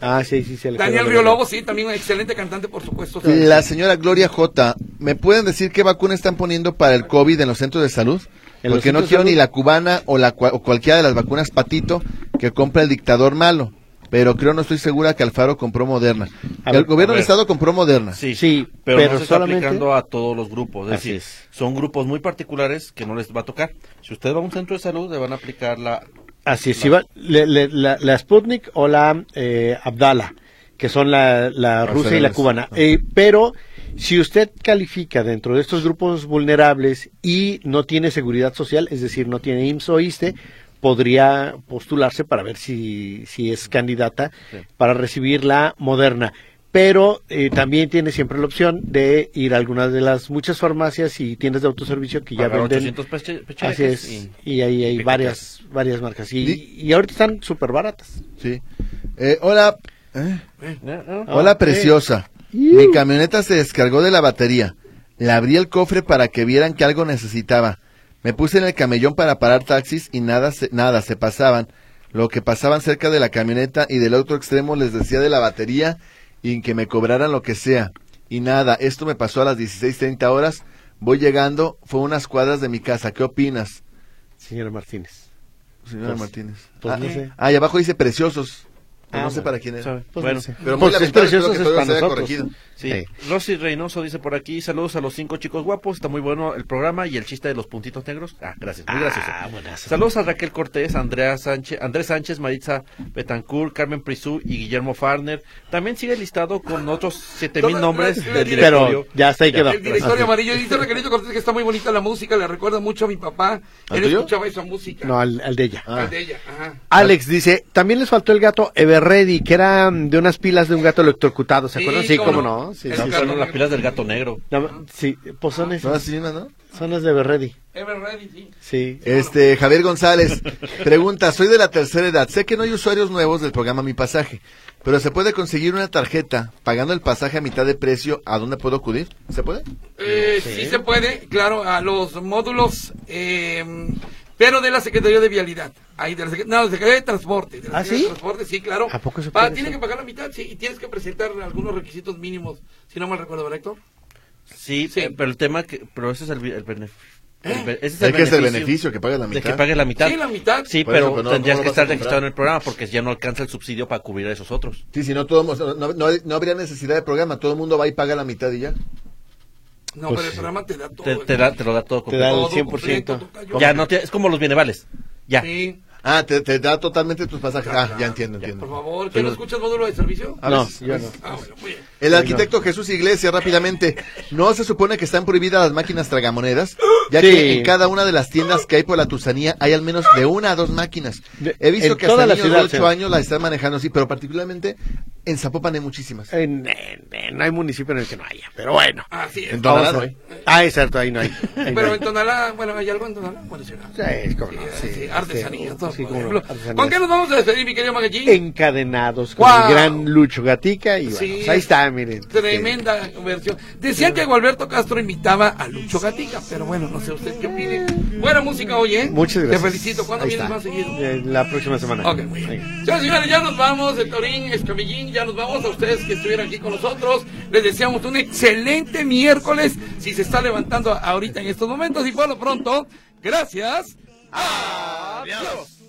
[SPEAKER 2] Ah, sí, sí, sí.
[SPEAKER 3] Daniel Río Lobo, sí, también un excelente cantante, por supuesto.
[SPEAKER 4] La señora Gloria J, ¿me pueden decir qué vacuna están poniendo para el COVID en los centros de salud?
[SPEAKER 2] ¿En los
[SPEAKER 4] Porque no
[SPEAKER 2] centros de
[SPEAKER 4] quiero
[SPEAKER 2] salud?
[SPEAKER 4] ni la cubana o, la, cua- o cualquiera de las vacunas patito que compra el dictador malo. Pero creo, no estoy segura que Alfaro compró Moderna.
[SPEAKER 2] A
[SPEAKER 4] el
[SPEAKER 2] ver,
[SPEAKER 1] a
[SPEAKER 4] gobierno del
[SPEAKER 1] ver.
[SPEAKER 4] Estado compró Moderna.
[SPEAKER 1] (laughs) Sí,
[SPEAKER 2] Sí,
[SPEAKER 1] pero,
[SPEAKER 2] pero
[SPEAKER 1] no se está
[SPEAKER 2] solamente-
[SPEAKER 1] aplicando a todos los grupos. Es
[SPEAKER 2] Así
[SPEAKER 1] decir,
[SPEAKER 2] es.
[SPEAKER 1] son grupos muy particulares que no les va a tocar. Si usted va a un centro de salud, le van a aplicar la...
[SPEAKER 2] Así es, si va- le- le- la, la Sputnik o la eh, Abdala, que son la, la rusa y la
[SPEAKER 4] Barcelonas.
[SPEAKER 2] cubana. Eh, pero si usted califica dentro de estos grupos vulnerables y no tiene seguridad social, es decir, no tiene IMSS o ISTE, E, podría postularse para ver si, si es candidata para recibir la moderna. Pero eh, también tiene siempre la opción de ir a alguna de las muchas farmacias y tiendas de autoservicio que ya
[SPEAKER 1] Pagar
[SPEAKER 2] venden.
[SPEAKER 1] 800 peche- pechanecas
[SPEAKER 2] Así es.
[SPEAKER 1] y-
[SPEAKER 2] Y, ahí hay
[SPEAKER 1] y
[SPEAKER 2] varias, varias marcas. Y,
[SPEAKER 4] Di-
[SPEAKER 2] y ahorita están súper baratas.
[SPEAKER 4] Sí. Eh, hola. ¿eh?
[SPEAKER 2] Ah,
[SPEAKER 4] Hola,
[SPEAKER 2] ok.
[SPEAKER 4] preciosa. Mi camioneta se descargó de la batería. Le abrí el cofre para que vieran que algo necesitaba. Me puse en el camellón para parar taxis y nada se, nada se pasaban. Lo que pasaban cerca de la camioneta y del otro extremo les decía de la batería y que me cobraran lo que sea. Y nada, esto me pasó a las 16:30 horas. Voy llegando, fue unas cuadras de mi casa. ¿Qué opinas,
[SPEAKER 2] Señora Martínez.
[SPEAKER 4] señora
[SPEAKER 2] Pues-
[SPEAKER 4] Martínez?
[SPEAKER 2] pues
[SPEAKER 4] ah,
[SPEAKER 2] no sé.
[SPEAKER 4] ah, y abajo dice preciosos. Pues no sé para quién era.
[SPEAKER 1] sabe.
[SPEAKER 4] Pues
[SPEAKER 1] bueno,
[SPEAKER 4] no sé. Pero muy
[SPEAKER 2] Pues es
[SPEAKER 4] lamentable creo
[SPEAKER 2] precioso,
[SPEAKER 4] que
[SPEAKER 2] es
[SPEAKER 4] todavía
[SPEAKER 2] para
[SPEAKER 4] se haya
[SPEAKER 2] nosotros.
[SPEAKER 4] corregido.
[SPEAKER 1] Sí.
[SPEAKER 2] Sí.
[SPEAKER 1] Rosy Reynoso dice por aquí, saludos a los cinco chicos guapos, está muy bueno el programa y el chiste de los puntitos negros. Ah, gracias, muy gracias. Saludos a Raquel Cortés, Andrea Sánchez, Andrés Sánchez, Maritza Betancourt, Carmen Prisú y Guillermo Farner. También sigue listado con otros siete mil
[SPEAKER 3] No, no,
[SPEAKER 1] nombres
[SPEAKER 3] no, no,
[SPEAKER 1] del
[SPEAKER 3] no,
[SPEAKER 1] directorio.
[SPEAKER 7] Pero ya hasta ahí quedó.
[SPEAKER 3] El directorio amarillo dice Raquelito Cortés que está muy bonita la música, le recuerda mucho a mi papá.
[SPEAKER 4] ¿Al
[SPEAKER 3] Él
[SPEAKER 4] tuyo?
[SPEAKER 3] escuchaba esa música.
[SPEAKER 2] No, al, al de ella.
[SPEAKER 4] Ah.
[SPEAKER 3] El de ella, ajá.
[SPEAKER 2] Alex dice, también les faltó el gato Everready, que era mm, de unas pilas de un gato electrocutado, ¿se
[SPEAKER 3] Sí,
[SPEAKER 2] acuerdan? Sí,
[SPEAKER 3] cómo
[SPEAKER 2] cómo
[SPEAKER 3] no.
[SPEAKER 2] no. Sí,
[SPEAKER 3] El
[SPEAKER 2] sí.
[SPEAKER 1] Sí,
[SPEAKER 3] gato
[SPEAKER 1] fueron las
[SPEAKER 3] negro.
[SPEAKER 1] pilas del gato negro.
[SPEAKER 2] No, sí, pues son
[SPEAKER 4] No,
[SPEAKER 2] esas,
[SPEAKER 4] así una, ¿no?
[SPEAKER 2] son las de Everready.
[SPEAKER 3] Everready, sí.
[SPEAKER 2] Sí.
[SPEAKER 4] Este, Javier González pregunta, soy de la tercera edad, sé que no hay usuarios nuevos del programa Mi Pasaje, pero se puede conseguir una tarjeta pagando el pasaje a mitad de precio, ¿a dónde puedo acudir? ¿Se puede?
[SPEAKER 3] Eh, sí. se puede, claro, a los módulos, eh, pero de la Secretaría de Vialidad. Ahí de la Secretaría, no, de la Secretaría de Transporte. De la
[SPEAKER 2] ¿Ah,
[SPEAKER 3] Secretaría
[SPEAKER 2] sí?
[SPEAKER 3] De Transporte, sí, claro.
[SPEAKER 2] ¿A poco se
[SPEAKER 3] Ah,
[SPEAKER 2] puede
[SPEAKER 3] Tiene
[SPEAKER 2] eso?
[SPEAKER 3] que pagar la mitad, sí, y tienes que presentar algunos requisitos mínimos, si no mal recuerdo, ¿verdad, Héctor?
[SPEAKER 1] Sí,
[SPEAKER 3] Sí.
[SPEAKER 1] eh, pero el tema que, pero ese es el, vi- el beneficio.
[SPEAKER 4] Es, que es el beneficio, que paga la
[SPEAKER 1] De
[SPEAKER 4] mitad.
[SPEAKER 1] que pagues la mitad.
[SPEAKER 3] Sí, la mitad.
[SPEAKER 1] Sí,
[SPEAKER 4] Por
[SPEAKER 1] pero,
[SPEAKER 4] eso, pero no,
[SPEAKER 1] tendrías
[SPEAKER 4] ¿cómo
[SPEAKER 1] que
[SPEAKER 4] lo vas a
[SPEAKER 1] estar registrado
[SPEAKER 4] comprar?
[SPEAKER 1] en el programa porque ya no alcanza el subsidio para cubrir a esos otros.
[SPEAKER 4] Sí, si no, todo, mu- no, no- no habría necesidad de programa, todo el mundo va y paga la mitad y ya.
[SPEAKER 3] No,
[SPEAKER 2] Pues
[SPEAKER 3] pero el programa te da todo. ¿eh?
[SPEAKER 1] Te, te da- te lo da todo
[SPEAKER 2] Te da
[SPEAKER 1] completo.
[SPEAKER 2] el
[SPEAKER 3] Todo completo,
[SPEAKER 2] 100%.
[SPEAKER 3] tocayo.
[SPEAKER 1] Ya no te- es como los bienevales. Ya.
[SPEAKER 3] Sí,
[SPEAKER 4] Ah, te, te da totalmente tus pasajes. Ah, ya entiendo,
[SPEAKER 3] por
[SPEAKER 4] entiendo.
[SPEAKER 3] favor, ¿qué no escuchas módulo de servicio?
[SPEAKER 4] A
[SPEAKER 2] No,
[SPEAKER 4] veces-
[SPEAKER 2] yo no.
[SPEAKER 3] Ah, bueno, muy bien.
[SPEAKER 4] El arquitecto Jesús Iglesias, rápidamente, ¿no se supone que están prohibidas las máquinas tragamonedas? Ya
[SPEAKER 2] Sí.
[SPEAKER 4] que en cada una de las tiendas que hay por la Tusanía hay al menos de una a dos máquinas.
[SPEAKER 2] De-
[SPEAKER 4] He visto
[SPEAKER 2] en
[SPEAKER 4] que hasta
[SPEAKER 2] toda la
[SPEAKER 4] niños de
[SPEAKER 2] ciudad,
[SPEAKER 4] 8
[SPEAKER 2] señor.
[SPEAKER 4] años las están manejando así, pero particularmente en Zapopan hay muchísimas.
[SPEAKER 2] En- en- en- no hay municipio en el que no haya, pero bueno.
[SPEAKER 3] Así es.
[SPEAKER 4] Ah, En Tonalá,
[SPEAKER 2] Vamos a
[SPEAKER 4] ¿no?
[SPEAKER 2] ver. Ah, es cierto, ahí no hay. Ahí no
[SPEAKER 3] Pero
[SPEAKER 2] hay.
[SPEAKER 3] en Tonalá, bueno, ¿hay algo en Tonalá? Bueno, sí, no.
[SPEAKER 2] Sí, es como no,
[SPEAKER 3] Sí,
[SPEAKER 2] sí,
[SPEAKER 3] sí, artesanía,
[SPEAKER 2] sí,
[SPEAKER 3] todo,
[SPEAKER 2] sí,
[SPEAKER 3] por
[SPEAKER 2] cómo no,
[SPEAKER 3] ejemplo.
[SPEAKER 2] artesanías.
[SPEAKER 3] ¿Con qué nos vamos a despedir, mi querido Magallín?
[SPEAKER 2] Encadenados con
[SPEAKER 3] Wow.
[SPEAKER 2] el gran Lucho Gatica y bueno,
[SPEAKER 3] Sí.
[SPEAKER 2] pues ahí está, miren.
[SPEAKER 3] Tremenda versión. Decían que Gualberto Castro imitaba a Lucho Gatica, pero bueno, no sé usted qué opine. Buena música hoy, ¿eh?
[SPEAKER 2] Muchas gracias.
[SPEAKER 3] Te felicito. ¿Cuándo
[SPEAKER 2] Ahí
[SPEAKER 3] vienes
[SPEAKER 2] está.
[SPEAKER 3] más seguido?
[SPEAKER 2] Eh, La próxima semana.
[SPEAKER 3] Ok, muy bien.
[SPEAKER 2] Venga.
[SPEAKER 3] Señoras y señores, ya nos vamos, el Torín, Escamillín, ya nos vamos a ustedes que estuvieron aquí con nosotros. Les deseamos un excelente miércoles, si se está levantando ahorita en estos momentos. Y por lo pronto, gracias. Adiós.